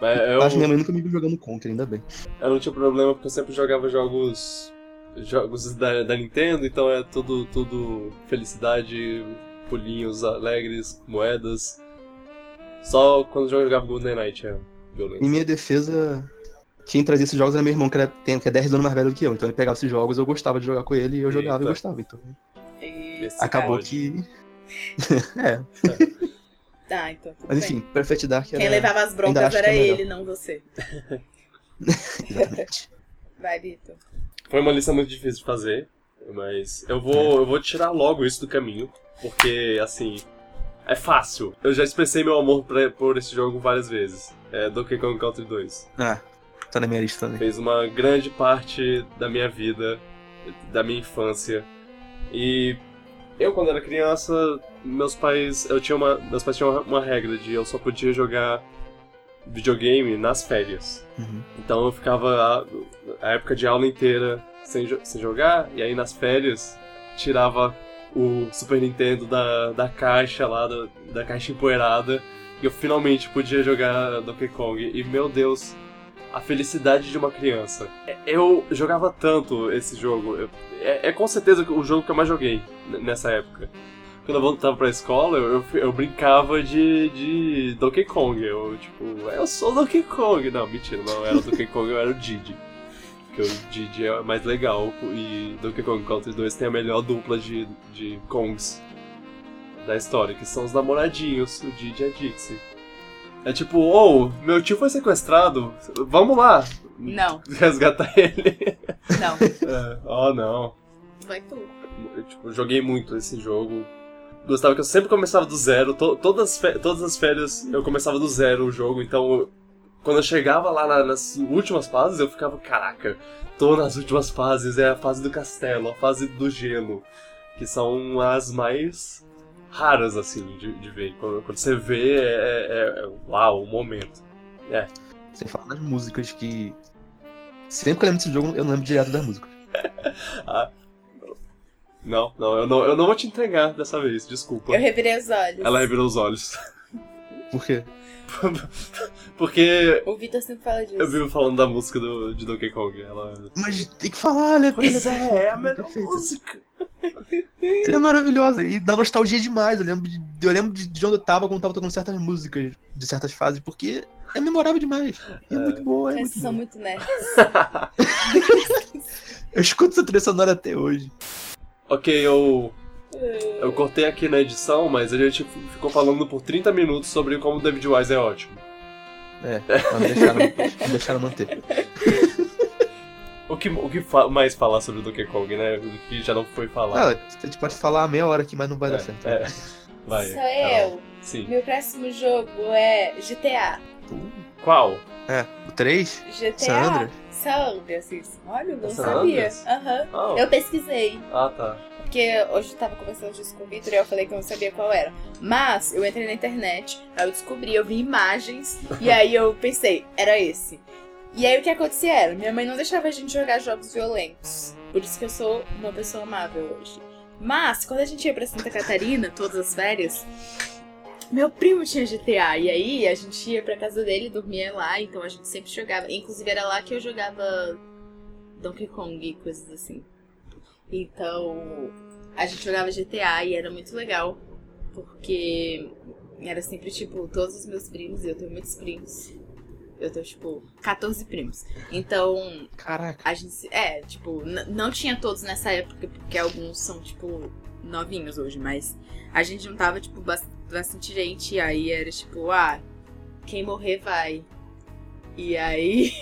C: Mas eu,
B: Eu acho que minha mãe nunca me viu jogando Conker, ainda bem.
C: eu não tinha problema porque eu sempre jogava jogos. jogos da, da Nintendo, então é tudo, tudo felicidade, pulinhos alegres, moedas. Só quando eu jogava Golden Knight é violento.
B: Em minha defesa, quem trazia esses jogos era meu irmão, que, era, tem- que é 10 anos mais velho do que eu. Então ele pegava esses jogos, eu gostava de jogar com ele, e eu jogava e
C: Eita.
B: gostava. Então
A: E...
C: Esse
B: acabou
C: cara.
B: que. é,
A: Tá, então tudo
B: mas
A: bem.
B: enfim, Perfect Dark era.
A: Quem levava as
B: Ainda
A: broncas
B: acho que
A: era
B: é melhor.
A: ele, não você.
B: Exatamente.
A: Vai, Vitor.
C: Foi uma lista muito difícil de fazer, mas eu vou, eu vou tirar logo isso do caminho, porque, assim, é fácil. Eu já expressei meu amor pra- por esse jogo várias vezes. É Donkey Kong Country 2.
B: Ah, tá na minha lista também.
C: Fez uma grande parte da minha vida, da minha infância. E eu, quando era criança, meus pais, eu tinha uma, meus pais tinham uma- uma regra de eu só podia jogar videogame nas férias.
B: Uhum.
C: Então eu ficava a, a época de aula inteira sem, jo- sem jogar, e aí nas férias tirava o Super Nintendo da, da caixa lá, da, da caixa empoeirada, e eu finalmente podia jogar Donkey Kong. E meu Deus, a felicidade de uma criança. É- Eu jogava tanto esse jogo, eu- é, é com certeza o jogo que eu mais joguei n- nessa época. Quando eu voltava pra escola, eu, eu, eu brincava de, de Donkey Kong. Eu, tipo, eu sou Donkey Kong. Não, mentira, não era o Donkey Kong, eu era o Didi. Porque o Didi é mais legal e Donkey Kong Country 2 tem a melhor dupla de, de Kongs da história, que são os namoradinhos, o Didi e a Dixie. É tipo, ou, meu tio foi sequestrado, vamos lá
A: Não,
C: resgatar ele.
A: não.
C: É, oh, não.
A: Vai tu.
C: Eu, tipo, joguei muito esse jogo. Gostava que eu sempre começava do zero. to- todas, as fe- todas as férias eu começava do zero o jogo. Então, eu- quando eu chegava lá na- nas últimas fases, eu ficava, caraca, tô nas últimas fases. É a fase do castelo, a fase do gelo. Que são as mais raras, assim, de, de ver. Quando, quando você vê, é, é, é uau, o momento.
B: Sem falar nas músicas que. Sempre que eu lembro desse jogo, eu não lembro direto das músicas.
C: Ah, Não, não, eu não, eu não vou te entregar dessa vez, desculpa.
A: Eu revirei os olhos.
C: Ela revirou os olhos.
B: Por quê?
C: Porque
A: O Vitor sempre fala disso.
C: Eu vivo falando da música do, de Donkey Kong. Ela.
B: Mas tem que falar, né?
C: é, é a
B: melhor Perfeito.
C: música.
B: Ela é maravilhosa. E dá nostalgia demais. Eu lembro de, eu lembro de, de onde eu tava quando tava tocando certas músicas de certas fases, porque é memorável demais. E é, muito boa, é
A: Vocês
B: muito
A: são
B: boa.
A: muito nerds.
B: Eu escuto essa trilha sonora até hoje.
C: Ok, eu. Eu cortei aqui na edição, mas a gente f- ficou falando por 30 minutos sobre como o David Wise é ótimo.
B: É, mas me deixaram, me deixaram manter.
C: O que, o que fa- mais falar sobre o Donkey Kong, né? O que já não foi falado.
B: Ah, a gente pode falar a meia hora aqui, mas não vai dar
A: Ah,
B: certo.
C: é. Vai.
A: Sou
C: Carol.
A: eu.
C: Sim.
A: Meu próximo jogo é GTA.
C: Qual?
B: É, o 3?
A: GTA.
B: San Andreas?
A: San Andreas, isso. assim, Olha, eu não
C: San
A: sabia.
C: Andreas?
A: Aham.
C: Ah,
A: Eu pesquisei,
C: Ah, tá.
A: porque hoje eu tava conversando disso com o Vitor e eu falei que eu não sabia qual era. Mas eu entrei na internet, aí eu descobri, eu vi imagens, e aí eu pensei, era esse. E aí o que acontecia era, minha mãe não deixava a gente jogar jogos violentos. Por isso que eu sou uma pessoa amável hoje. Mas, quando a gente ia pra Santa Catarina, todas as férias, meu primo tinha GTA. E aí a gente ia pra casa dele, dormia lá, então a gente sempre jogava. Inclusive era lá que eu jogava Donkey Kong e coisas assim. Então, a gente jogava GTA e era muito legal, porque era sempre tipo todos os meus primos, e eu tenho muitos primos. Eu tenho tipo 14 primos. Então,
B: Caraca.
A: a gente. se- É, tipo, n- não tinha todos nessa época, porque alguns são, tipo, novinhos hoje, mas a gente juntava, tipo, bas- bastante gente. E aí era tipo, ah, quem morrer vai. E aí,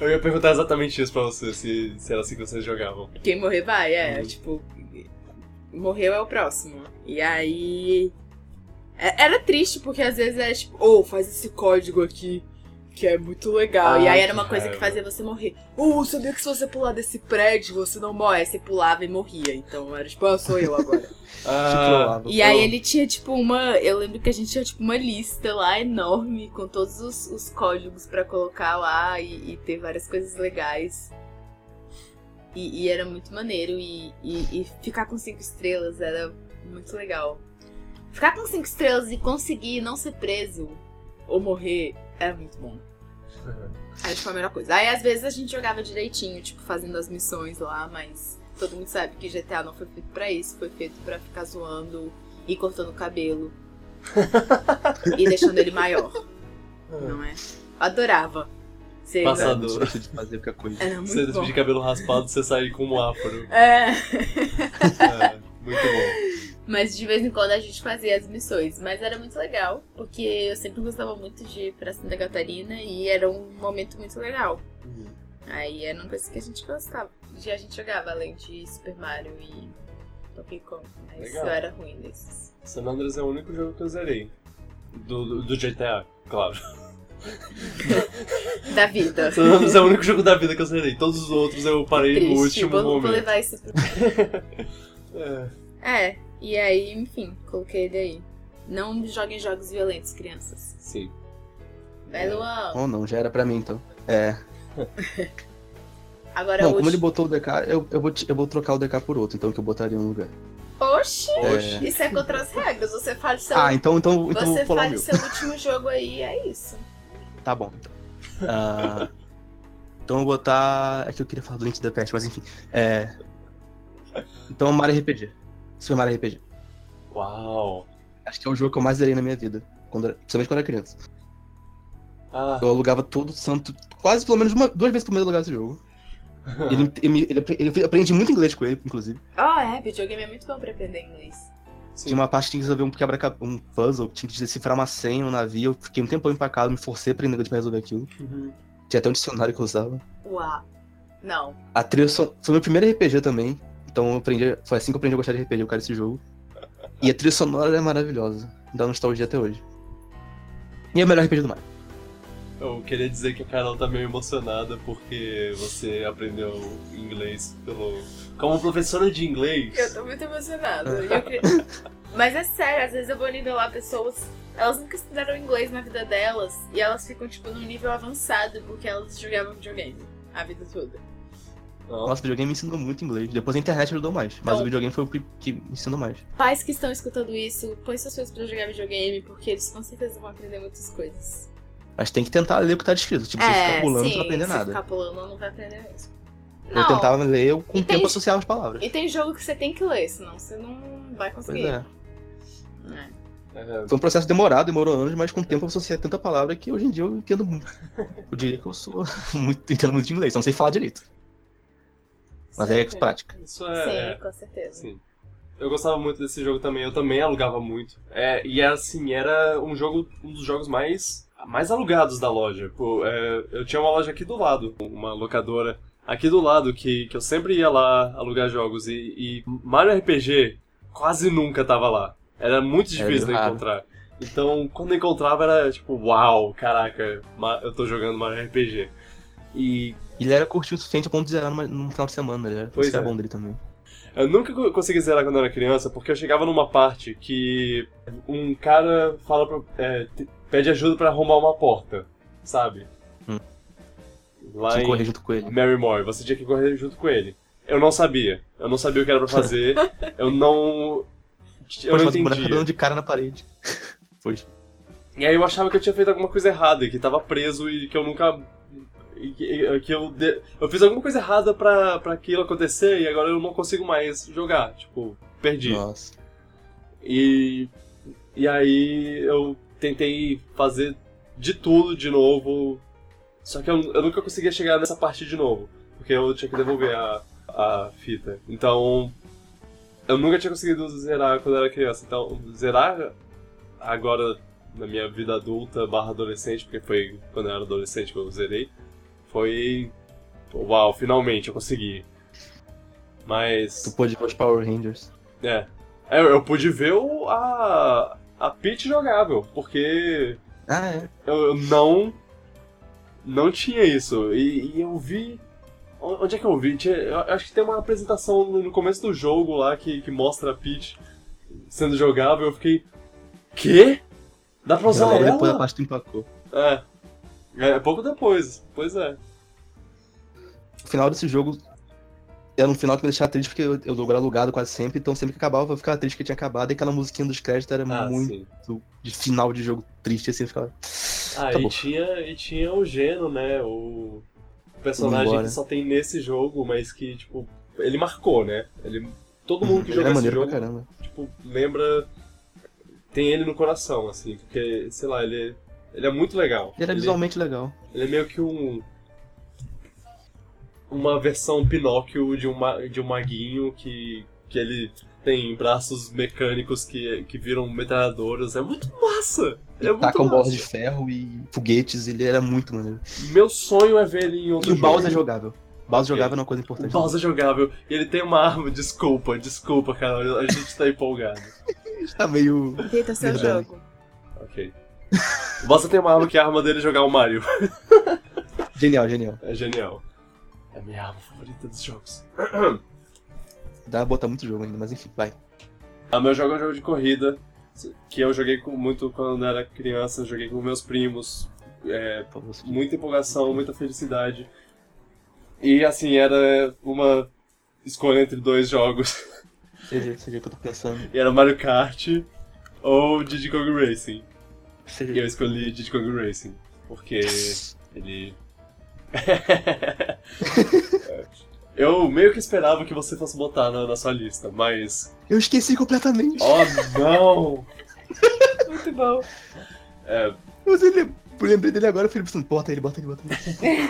C: Eu ia perguntar exatamente isso pra você, se, se era assim que vocês jogavam.
A: quem morrer vai, é,
C: Uhum.
A: tipo, morreu é o próximo. E aí. é- Era triste, porque às vezes era tipo, ou faz esse código aqui. Que é muito legal.
C: Ah,
A: e aí era
C: que
A: uma coisa que
C: raiva.
A: fazia você morrer. Uh, sabia que se você pular desse prédio, você não morre. Aí você pulava e morria. Então era tipo, ah, sou eu agora.
C: Ah,
A: E aí ele tinha, tipo, uma. Eu lembro que a gente tinha, tipo, uma lista lá enorme com todos os, os códigos pra colocar lá e, e ter várias coisas legais. E, e era muito maneiro. E, e, e ficar com cinco estrelas era muito legal. Ficar com cinco estrelas e conseguir não ser preso ou morrer era muito bom. Aí foi a melhor coisa. Aí às vezes a gente jogava direitinho, tipo, fazendo as missões lá, mas todo mundo sabe que GTA não foi feito pra isso, foi feito pra ficar zoando e cortando o cabelo. e deixando ele maior, não é? Adorava. Ser-
C: Passado.
B: É muito difícil de fazer qualquer coisa.
A: Era
C: Você
A: muito bom.
C: de cabelo raspado, você sai com um afro.
A: É.
C: É, muito bom.
A: Mas de vez em quando a gente fazia as missões. Mas era muito legal, porque eu sempre gostava muito de ir pra Santa Catarina e era um momento muito legal. Aí era uma coisa que a gente gostava. Já a gente jogava além de Super Mario e Donkey Kong. Mas
C: Legal.
A: eu era ruim desses.
C: San Andreas é o único jogo que eu zerei. Do, do, do GTA, claro.
A: Da vida.
C: San Andreas é o único jogo da vida que eu zerei. Todos os outros eu parei no
A: Triste.
C: último
A: Vou, vou
C: momento.
A: levar isso pro.
C: É.
A: É, e aí, enfim, coloquei ele aí. Não joguem jogos violentos, crianças.
C: Sim.
A: Vai,
C: É.
A: Luan.
B: Ou não, já era pra mim então. É.
A: Agora
B: Não,
A: o
B: como ele
A: último.
B: botou o DK, eu, eu, vou, te- eu vou trocar o DK por outro, então que eu botaria um lugar.
A: Oxi!
C: Poxa.
A: Isso é contra as regras. Você fala seu
B: Ah, então, então, então eu
A: Você
B: vou pular o
A: faz o
B: meu.
A: seu último jogo aí, é isso.
B: Tá bom. então. Ah, então eu vou botar. É que eu queria falar do Link to the Past, mas enfim. É. Então Mario RPG. Super Mario RPG.
C: Uau.
B: Acho que é o jogo que eu mais zerei na minha vida. Quando, era- principalmente quando era criança.
C: Ah,
B: Eu alugava todo santo. Quase pelo menos uma, duas vezes por mês eu alugava esse jogo. Ele, ele, me- ele, apre- ele aprendi muito inglês com ele, inclusive.
A: Ah, é, videogame é muito bom pra aprender inglês.
B: Tinha uma parte que tinha que resolver um quebra um puzzle, tinha que decifrar uma senha no navio. Eu Fiquei um tempão empacado, me forcei a aprender inglês pra resolver aquilo.
C: Uhum.
B: Tinha até um dicionário que eu usava.
A: Uau. Não.
B: A trilha son- foi meu primeiro RPG também. Então eu aprendi, foi assim que eu aprendi a gostar de RPG, eu quero esse jogo. E a trilha sonora é maravilhosa. Dá nostalgia até hoje. E é o melhor RPG do Mario.
C: Eu queria dizer que a Carol tá meio emocionada porque você aprendeu inglês pelo. Como professora de inglês.
A: Eu tô muito emocionada. Eu cre- Mas é sério, às vezes eu vou nivelar pessoas. Elas nunca estudaram inglês na vida delas e elas ficam, tipo, num nível avançado porque elas jogavam videogame a vida toda.
C: Ó,
B: Nossa, o videogame me ensinou muito inglês. Depois a internet ajudou mais. Mas
A: Bom.
B: o videogame foi o que, que me ensinou mais.
A: Pais que estão escutando isso, põe seus filhos pra jogar videogame porque eles com certeza vão aprender muitas coisas.
B: Mas tem que tentar ler o que tá descrito. Tipo,
A: É,
B: você ficar pulando, você não aprender
A: se
B: nada.
A: ficar pulando não vai aprender mesmo.
B: Eu
A: Não.
B: tentava ler, eu com
A: E
B: o tempo
A: tem-
B: associava as palavras.
A: E tem jogo que você tem que ler, senão você não vai
B: Pois
A: conseguir.
B: é.
A: É.
C: é,
B: Foi um processo demorado, demorou anos, mas com o tempo eu associei tanta palavra que hoje em dia eu entendo muito. Eu diria que eu sou muito, entendo muito de inglês, só não sei falar direito. Mas aí é
A: Sim,
B: prática.
C: isso é.
A: com certeza.
C: Sim. Eu gostava muito desse jogo também, eu também alugava muito. É, e era assim, era um jogo, um dos jogos mais, mais alugados da loja. Pô, é, eu tinha uma loja aqui do lado, uma locadora aqui do lado, que, que eu sempre ia lá alugar jogos. E, e Mario RPG quase nunca tava lá. Era muito
B: Era
C: difícil de
B: raro.
C: encontrar. Então, quando eu encontrava era tipo, uau, caraca, ma- eu tô jogando Mario RPG. E
B: Ele era curtinho o suficiente a ponto de zerar numa- num final de semana, né?
C: Pois
B: Isso
C: é.
B: é bom dele também.
C: Eu nunca co- consegui zerar quando eu era criança, porque eu chegava numa parte que um cara fala pra, é, te- pede ajuda pra arrombar uma porta, sabe?
B: Hum.
C: Lá
B: Tinha que correr
C: em
B: junto com ele.
C: Mary Moore, você tinha que correr junto com ele. Eu não sabia. Eu não sabia o que era pra fazer. eu não. Eu
B: Pois,
C: não
B: mas o boneco tá dando
C: entendi.
B: de cara na parede. Pois.
C: E aí eu achava que eu tinha feito alguma coisa errada, que tava preso e que eu nunca. e que- e- Que eu, de- eu fiz alguma coisa errada pra, pra aquilo acontecer e agora eu não consigo mais jogar. Tipo, perdi.
B: Nossa.
C: E, e aí eu tentei fazer de tudo de novo, só que eu, eu nunca conseguia chegar nessa parte de novo, porque eu tinha que devolver a, a fita. Então eu nunca tinha conseguido zerar quando eu era criança. Então zerar agora na minha vida adulta barra adolescente, porque foi quando eu era adolescente que eu zerei, foi uau, finalmente eu consegui. Mas
B: Tu pôde ver os Power Rangers.
C: é. É, Eu, eu pude ver o, a, a Peach jogável, porque
B: Ah, é.
C: eu, eu não. Não tinha isso. E, e eu vi. on- Onde é que eu vi? Tinha- eu acho que tem uma apresentação no no começo do jogo lá que, que mostra a Peach sendo jogável. Eu fiquei. Quê? Dá pra usar
B: Ela
C: ela?
B: depois a parte tu empacou.
C: É. é. É pouco depois, pois é.
B: O final desse jogo era um final que me deixava triste, porque eu, eu lugar alugado quase sempre, então sempre que acabava eu ficava triste que tinha acabado, e aquela musiquinha dos créditos era
C: Ah,
B: muito
C: sim.
B: de final de jogo triste, assim, eu ficava.
C: Ah, e
B: Acabou.
C: tinha, e tinha o Geno, né? O
B: Vamos
C: personagem
B: embora.
C: que só tem nesse jogo, mas que, tipo, ele marcou, né? Ele, todo mundo que
B: Ele
C: joga
B: é
C: esse
B: maneiro
C: jogo,
B: pra caramba.
C: tipo, lembra. Tem ele no coração, assim, porque, sei lá, ele, ele é muito legal.
B: Ele era visualmente legal.
C: ele é meio que um. Uma versão Pinóquio de um, ma- de um maguinho que, que ele tem braços mecânicos que, que viram metralhadoras. É muito massa! Ele é
B: Ele tá
C: muito
B: com
C: massa.
B: bolas de ferro e foguetes, ele era muito maneiro.
C: Meu sonho é ver ele em
B: E
C: outro
B: o Bowser é
C: jogo.
B: jogável. Bowser jogável é uma coisa importante.
C: Bowser jogável. E ele tem uma arma. Desculpa, desculpa, cara. A gente tá empolgado.
B: Tá meio.
A: Rita, seu
B: Verdade.
A: jogo.
C: Ok. O Bowser tem uma arma que a arma dele é jogar o Mario.
B: Genial, genial.
C: É genial. É a minha arma favorita dos jogos.
B: Dá pra botar muito jogo ainda, mas enfim, vai.
C: O meu jogo é um jogo de corrida. Que eu joguei com- muito quando era criança. Joguei com meus primos. É,
B: Pô, você-
C: muita empolgação, muita felicidade. E assim, era uma escolha entre dois jogos.
B: Seja, seja o que eu tô pensando.
C: E era Mario Kart ou Diddy Kong Racing. E eu
B: Seja.
C: escolhi Diddy Kong Racing, porque ele. eu meio que esperava que você fosse botar na, na sua lista, mas.
B: Eu esqueci completamente.
C: Oh não! Muito bom. É,
B: Eu lem- eu lembrei dele agora, eu falei pensando, bota ele, bota ele, bota ele.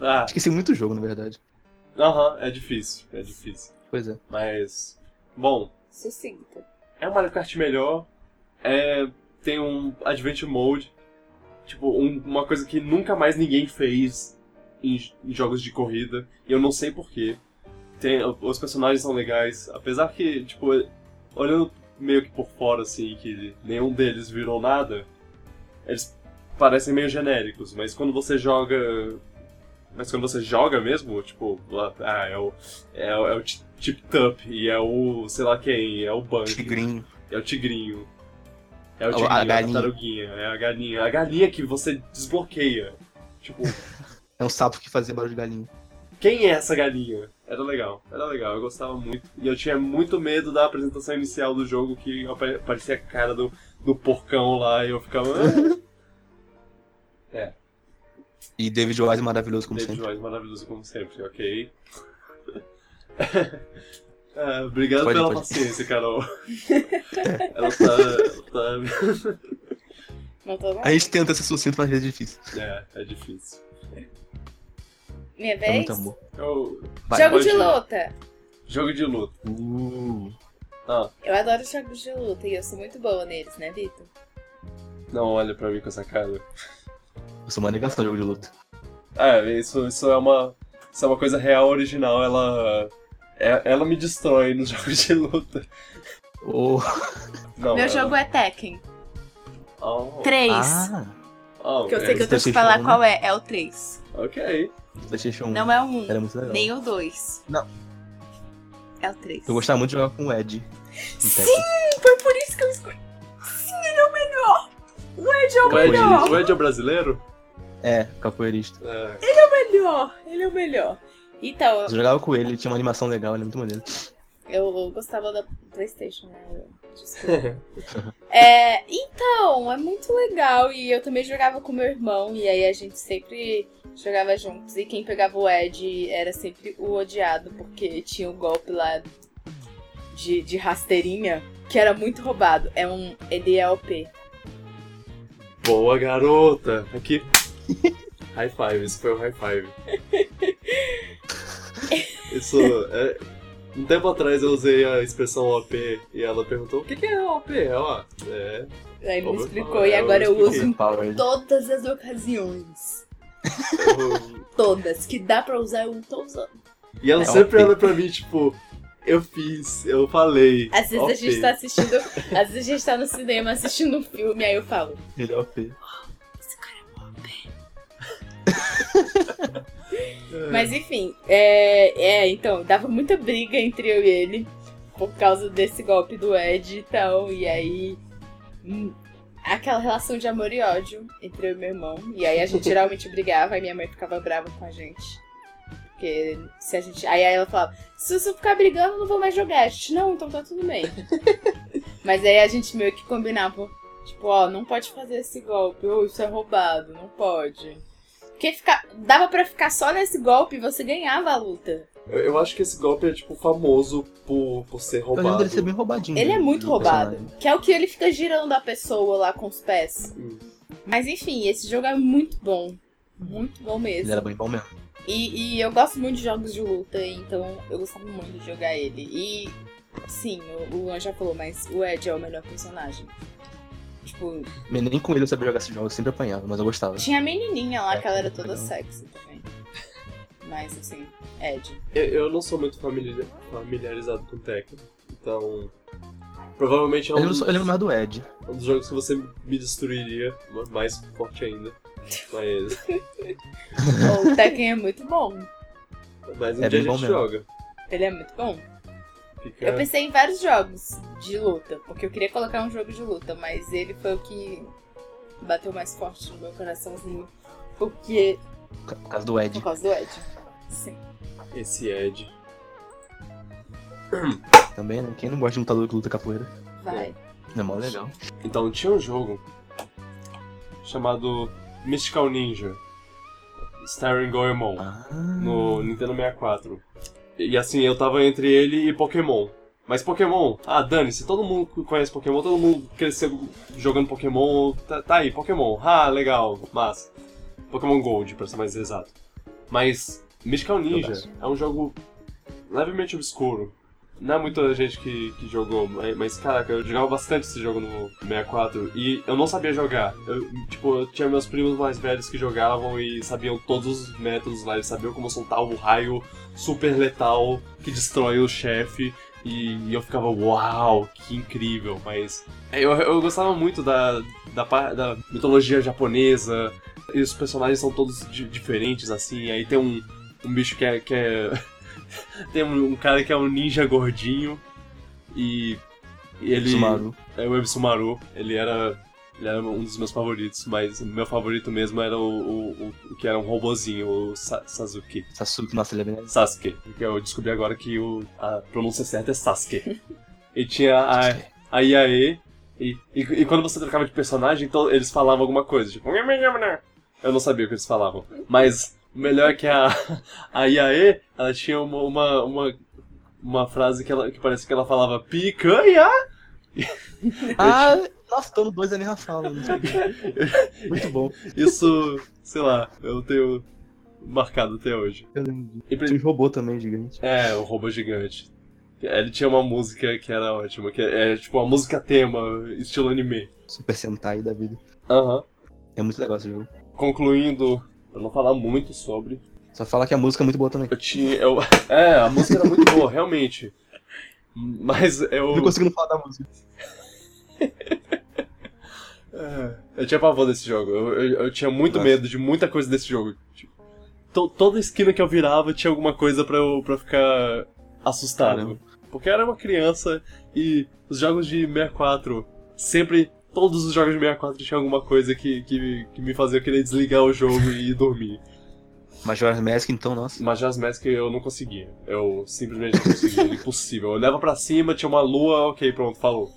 C: ah,
B: Esqueci muito o jogo, na verdade.
C: aham, é difícil, é difícil.
B: Pois é.
C: Mas. Bom,
A: Sucinto.
C: é um Mario Kart melhor, é, tem um Adventure Mode, tipo, um- uma coisa que nunca mais ninguém fez em, j- em jogos de corrida, e eu não sei porquê. Tem, os personagens são legais, apesar que, tipo, olhando meio que por fora, assim, que nenhum deles virou nada, eles parecem meio genéricos, mas quando você joga... Mas quando você joga mesmo, tipo, ah, é o, é, o- é o Ti- Tip Tup, e é o, sei lá quem, é o Bang.
B: Tigrinho.
C: É o tigrinho. É o
B: A-
C: tigrinho,
B: a
C: a,
B: galinha.
C: tartaruguinha, é a galinha. A galinha que você desbloqueia. Tipo,
B: É um sapo que fazia barulho de galinha.
C: quem é essa galinha? Era legal, era legal, eu gostava muito. E eu tinha muito medo da apresentação inicial do jogo que apa- aparecia a cara do, do porcão lá e eu ficava. "Ah,
B: E David Wise é maravilhoso, como
C: David
B: sempre.
C: Joyce maravilhoso como sempre, ok? Ah, obrigado
B: Pode ir,
C: pela
B: pode ir.
C: paciência, Carol. Ela tá. ela tá
A: Matou não?
B: A gente tenta ser sucinto, mas às vezes é difícil.
C: é, é difícil.
A: Minha
B: É
A: vez?
B: muito amor.
C: Eu-
B: Vai.
A: jogo de
C: Pode ir.
A: luta.
C: jogo de luta.
B: Uh,
C: Ah,
A: Eu adoro jogos de luta e eu sou muito boa neles, né, Vitor?
C: Então, não olha um pra mim com essa cara.
B: eu sou uma negação de jogo de luta.
C: É, isso, isso é uma. Isso é uma coisa real, original, ela. é- ela me destrói nos jogos de luta.
B: Oh.
C: Não,
A: Meu
C: ela-
A: jogo é Tekken.
C: Oh,
A: 3.
B: Ah,
C: oh,
A: que eu sei que eu
B: esse
A: tenho que
B: PlayStation
A: falar
B: um, né?
A: qual é. É o 3.
C: Ok.
B: PlayStation 1.
A: Não é o 1,
B: Era um. muito legal.
A: nem o 2.
B: Não.
A: É o 3.
B: Eu gostava muito de jogar com o Ed.
A: Sim, foi por isso que eu escolhi. Sim, ele é o melhor. O Ed é o
C: O Ed,
A: melhor.
C: o Ed é brasileiro?
B: É, capoeirista.
C: É.
A: melhor. Ele é o melhor. Então,
B: Eu jogava com ele, ele tinha uma animação legal, ele é muito maneiro.
A: Eu gostava da Playstation, né? Eu- Desculpa. é, então, é muito legal. E eu também jogava com meu irmão. E aí a gente sempre jogava juntos. E quem pegava o Ed era sempre o odiado, porque tinha o golpe lá de, de rasteirinha, que era muito roubado. É um EDLP.
C: Boa garota! Aqui. High five, isso foi um high five. Isso. é- Um tempo atrás eu usei a expressão OP e ela perguntou: o que, que é OP? Ela, é.
A: Aí ele me
C: Ouviu
A: explicou.
C: falar,
A: E
C: é, eu
A: agora eu uso
C: expliquei.
A: em
B: Power.
A: todas as ocasiões.
C: eu-
A: Todas. Que dá pra usar, um eu não tô usando.
C: E ela
B: É,
C: sempre
B: ok.
C: olha pra mim, tipo, eu fiz, eu falei.
A: Às vezes
C: ok.
A: a gente tá assistindo. Às vezes a gente tá no cinema assistindo um filme, aí eu falo.
B: Ele é OP.
A: Mas enfim, é, é, então, dava muita briga entre eu e ele por causa desse golpe do Ed e tal. E aí. hum, aquela relação de amor e ódio entre eu e meu irmão. E aí a gente geralmente brigava e minha mãe ficava brava com a gente. Porque se a gente. Aí ela falava, se você ficar brigando, eu não vou mais jogar. A gente, não, então tá tudo bem. Mas aí a gente meio que combinava, tipo, ó, não pode fazer esse golpe, ou isso é roubado, não pode. Porque fica... dava pra ficar só nesse golpe e você ganhava a luta.
C: Eu, eu acho que esse golpe é, tipo, famoso por, por ser
B: Eu lembro
C: roubado.
B: dele ser bem roubadinho.
A: Ele é
B: né,
A: muito
B: o
A: roubado.
B: personagem.
A: Que é o que ele fica girando a pessoa lá com os pés.
C: Hum.
A: Mas enfim, esse jogo é muito bom. Muito bom
B: Ele
A: mesmo.
B: era bem bom mesmo.
A: E, e eu gosto muito de jogos de luta, então eu gostava muito de jogar ele. E sim, o, o Luan já falou, mas o Ed é o melhor personagem. Tipo,
B: Mas Nem com ele eu sabia jogar esse jogo, eu sempre apanhava, mas eu gostava.
A: tinha a menininha lá
B: É,
A: que ela era toda
B: legal.
A: sexy também. Mas assim, Ed.
C: Eu, eu não sou muito familiar- familiarizado com Tekken, então... Provavelmente é
B: Eu
C: um
B: lembro,
C: dos,
B: só- eu lembro mais do Ed.
C: um dos jogos que você me destruiria, mais forte ainda. Mas,
A: o Tekken é muito bom.
C: mas um
B: É
C: dia
B: bem
C: a
B: bom
C: gente
B: mesmo.
C: joga.
A: Ele é muito bom.
C: Fica...
A: Eu pensei em vários jogos de luta, porque eu queria colocar um jogo de luta, mas ele foi o que bateu mais forte no meu coraçãozinho. Porque.
B: Por causa do Ed.
A: Por causa do Ed. Sim.
C: Esse Ed.
B: Também, né? Quem não gosta de lutador que luta capoeira?
A: Vai.
B: É mó legal.
C: Então tinha um jogo chamado Mystical Ninja, starring Goemon,
B: Ah.
C: no Nintendo 64. E assim, eu tava entre ele e Pokémon. Mas Pokémon, ah, dane-se, todo mundo que conhece Pokémon, todo mundo cresceu jogando Pokémon, tá, tá aí, Pokémon, ah, legal, massa. Pokémon Gold, pra ser mais exato. Mas Mystical Ninja
B: Jogaço.
C: é um jogo levemente obscuro. Não é muita gente que, que jogou, mas, mas, caraca, eu jogava bastante esse jogo no 64 e eu não sabia jogar. Eu, tipo, eu tinha meus primos mais velhos que jogavam e sabiam todos os métodos lá, eles sabiam como soltar o raio super letal que destrói o chefe. E eu ficava, uau, que incrível, mas. é, Eu, eu gostava muito da, da, par- da mitologia japonesa, e os personagens são todos di- diferentes, assim, aí tem um, um bicho que é. Que é tem um, um cara que é um ninja gordinho e. e ele.
B: Sumaru.
C: É o Ebsumaru, ele era. Ele era um dos meus favoritos, mas o meu favorito mesmo era o, o, o- o que era um robozinho, o Sa- Sasuke.
B: Sasuke, nossa, ele é bem...
C: Sasuke. Porque eu descobri agora que o, a pronúncia certa é Sasuke. E tinha a, a Iaê. E, e, e quando você trocava de personagem, então eles falavam alguma coisa, tipo. Eu não sabia o que eles falavam. Mas o melhor é que a, a Iaê, ela tinha uma, uma, uma, uma frase que, ela, que parece que ela falava picanha!
B: Ah, nossa, tô no dois da mesma fala. não sei o quê. Muito bom,
C: Isso, sei lá, eu tenho marcado até hoje.
B: eu lembro.
C: E pra-
B: Tinha um robô também, gigante.
C: É, o robô gigante. Ele tinha uma música que era ótima, que é, é tipo uma música tema, estilo anime.
B: Super Sentai da vida.
C: Aham.
B: É muito legal esse jogo.
C: Concluindo, pra não falar muito sobre,
B: Só fala que a música é muito boa também.
C: eu tinha. Eu, é, a música era muito boa, realmente. Mas eu.
B: Não consigo não falar da música.
C: É, Eu tinha pavor desse jogo. Eu, eu- eu tinha muito
B: Nossa.
C: medo de muita coisa desse jogo. Tipo, to- toda esquina que eu virava tinha alguma coisa pra eu pra eu ficar assustado.
B: Caramba.
C: Porque eu era uma criança e os jogos de 64 sempre. Todos os jogos de 64 tinham alguma coisa que, que, que me fazia querer desligar o jogo e ir dormir.
B: Majora's Mask, então, nossa.
C: Mas já as Mask eu não conseguia. Eu simplesmente não conseguia. era impossível. Eu olhava pra cima, tinha uma lua, ok, pronto, falou.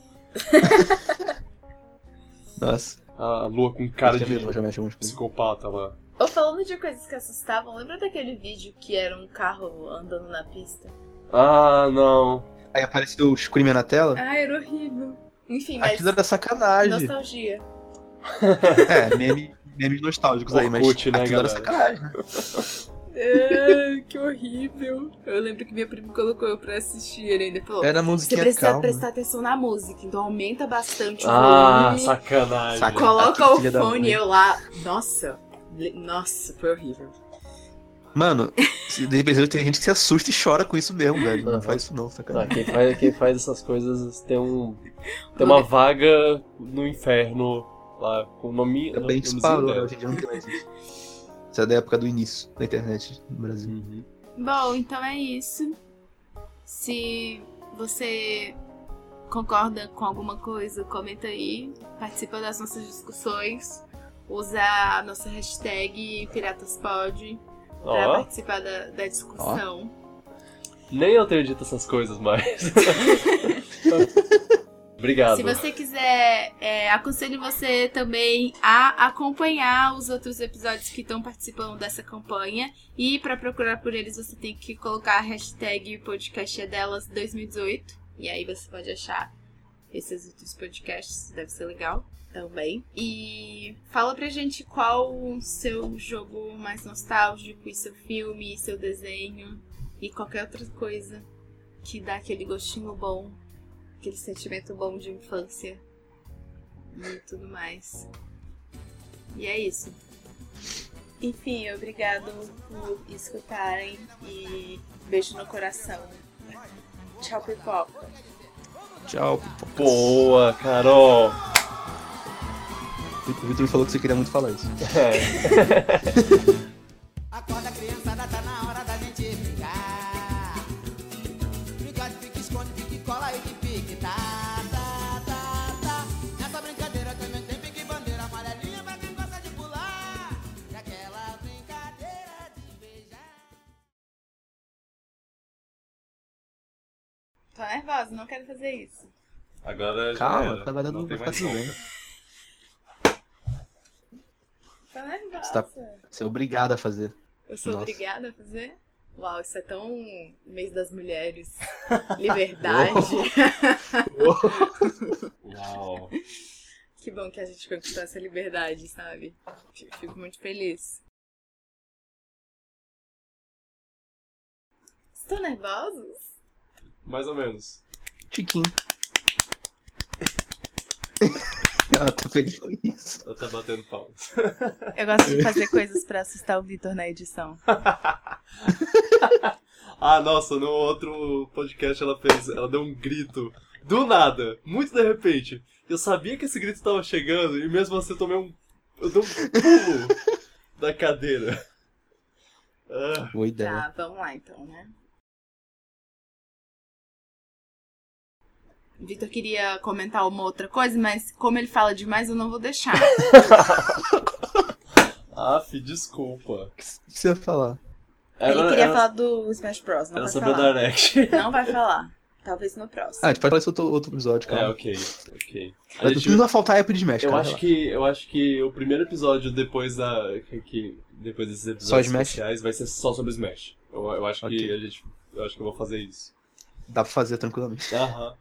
B: Nossa.
C: A lua com cara
B: Tinha
C: de
B: mesmo, Majora's Mask, é algumas coisas.
C: psicopata lá.
A: Ou falando de coisas que assustavam, lembra daquele vídeo que era um carro andando na pista?
C: Ah, não.
B: Aí apareceu o Screamer na tela.
A: Ah, era horrível. Enfim, É, mas
B: Aquilo era sacanagem.
A: nostalgia.
B: É, meme- memes nostálgicos aí, mas
C: Orkut, né,
B: aquilo era
C: galera?
B: sacanagem, né?
A: Ah, que horrível. Eu lembro que minha prima colocou eu pra assistir, ele ainda falou...
B: Era a
A: Você
B: musiquinha
A: precisa
B: é calma.
A: prestar atenção na música, então aumenta bastante o
C: Ah,
A: volume.
C: sacanagem.
B: Saca-
A: Coloca
B: Que
A: o
B: filha da
A: fone
B: mãe.
A: eu lá. Nossa, le- nossa, foi horrível.
B: Mano, se- de repente tem gente que se assusta e chora com isso mesmo, velho. Não
C: Aham.
B: faz isso não,
C: Não,
B: sacanagem.
C: quem, faz, quem faz essas coisas tem um. Tem uma vaga no inferno lá, com o nome.
B: Também
C: nomezinho
B: disparou, né?
C: dela.
B: Hoje em dia não tem mais isso. Isso é da época do início da internet no Brasil.
C: Uhum.
A: Bom, então é isso. Se você concorda com alguma coisa, comenta aí. Participa das nossas discussões. Usa a nossa hashtag PiratasPod. pra
C: Ó,
A: participar da, da discussão.
C: nem eu tenho dito essas coisas mais. Obrigado.
A: Se você quiser, é, aconselho você também a acompanhar os outros episódios que estão participando dessa campanha. E pra procurar por eles, você tem que colocar a hashtag é podcastedelas2018. E aí você pode achar esses outros podcasts, deve ser legal também. E fala pra gente qual o seu jogo mais nostálgico, e seu filme, e seu desenho e qualquer outra coisa que dá aquele gostinho bom aquele sentimento bom de infância e tudo mais. E é isso. Enfim, obrigado por escutarem e beijo no coração. Tchau, pipoca.
B: Tchau, pipocas.
C: Boa, Carol.
B: O Vitor falou que você queria muito falar isso.
C: É.
E: Acorda, criançada, tá na hora da gente brincar. Brincar de pique, esconde, pique, cola e de pique, tá? tá, tá, tá. Nessa brincadeira também tem pique, bandeira amarelinha pra quem gosta de pular. E aquela brincadeira de beijar.
A: Tô nervosa, não quero fazer isso.
C: Agora já
B: Calma,
C: era.
B: tá guardando-
C: é, Não tem
B: vai
C: mais
B: ficar tudo
C: volta.
A: Tô nervosa.
B: Você tá- Você é obrigado a fazer.
A: Eu sou
B: Nossa.
A: obrigada a fazer? Uau, isso é tão mês das mulheres. Liberdade.
C: Uau.
A: que bom que a gente conquistou essa liberdade, sabe? Fico muito feliz. Estão nervosos?
C: Mais ou menos.
B: Tiquinho. Ela tá feliz com isso.
C: Eu tô batendo palmas.
A: Eu gosto de fazer coisas pra assustar o Vitor na edição.
C: Ah, nossa, no outro podcast ela fez, ela deu um grito. Do nada, muito de repente. Eu sabia que esse grito tava chegando e mesmo assim eu tomei um. Eu dei um pulo da cadeira. Ah,
B: Boa ideia.
A: Tá, vamos lá então, né? O Vitor queria comentar uma outra coisa, mas como ele fala demais, eu não vou deixar.
C: af, desculpa.
B: O que você ia falar?
A: Ele queria
C: era,
A: falar do Smash Bros, não
C: era
A: vai
C: sobre o
A: falar.
C: Direct.
A: Não vai falar. Talvez no
B: Ah, a
A: próximo.
B: gente pode falar isso outro, outro episódio,
C: É,
B: cara.
C: ok, ok. A
B: Mas
C: gente-
B: Não vai faltar app de Smash,
C: Eu
B: cara.
C: acho que eu acho que o primeiro episódio depois da que- que depois desses
B: Só
C: episódios
B: Smash?
C: especiais vai ser só sobre Smash. Eu, eu acho que
B: Ok.
C: a gente eu acho que eu vou fazer isso.
B: Dá pra fazer tranquilamente.
C: Aham.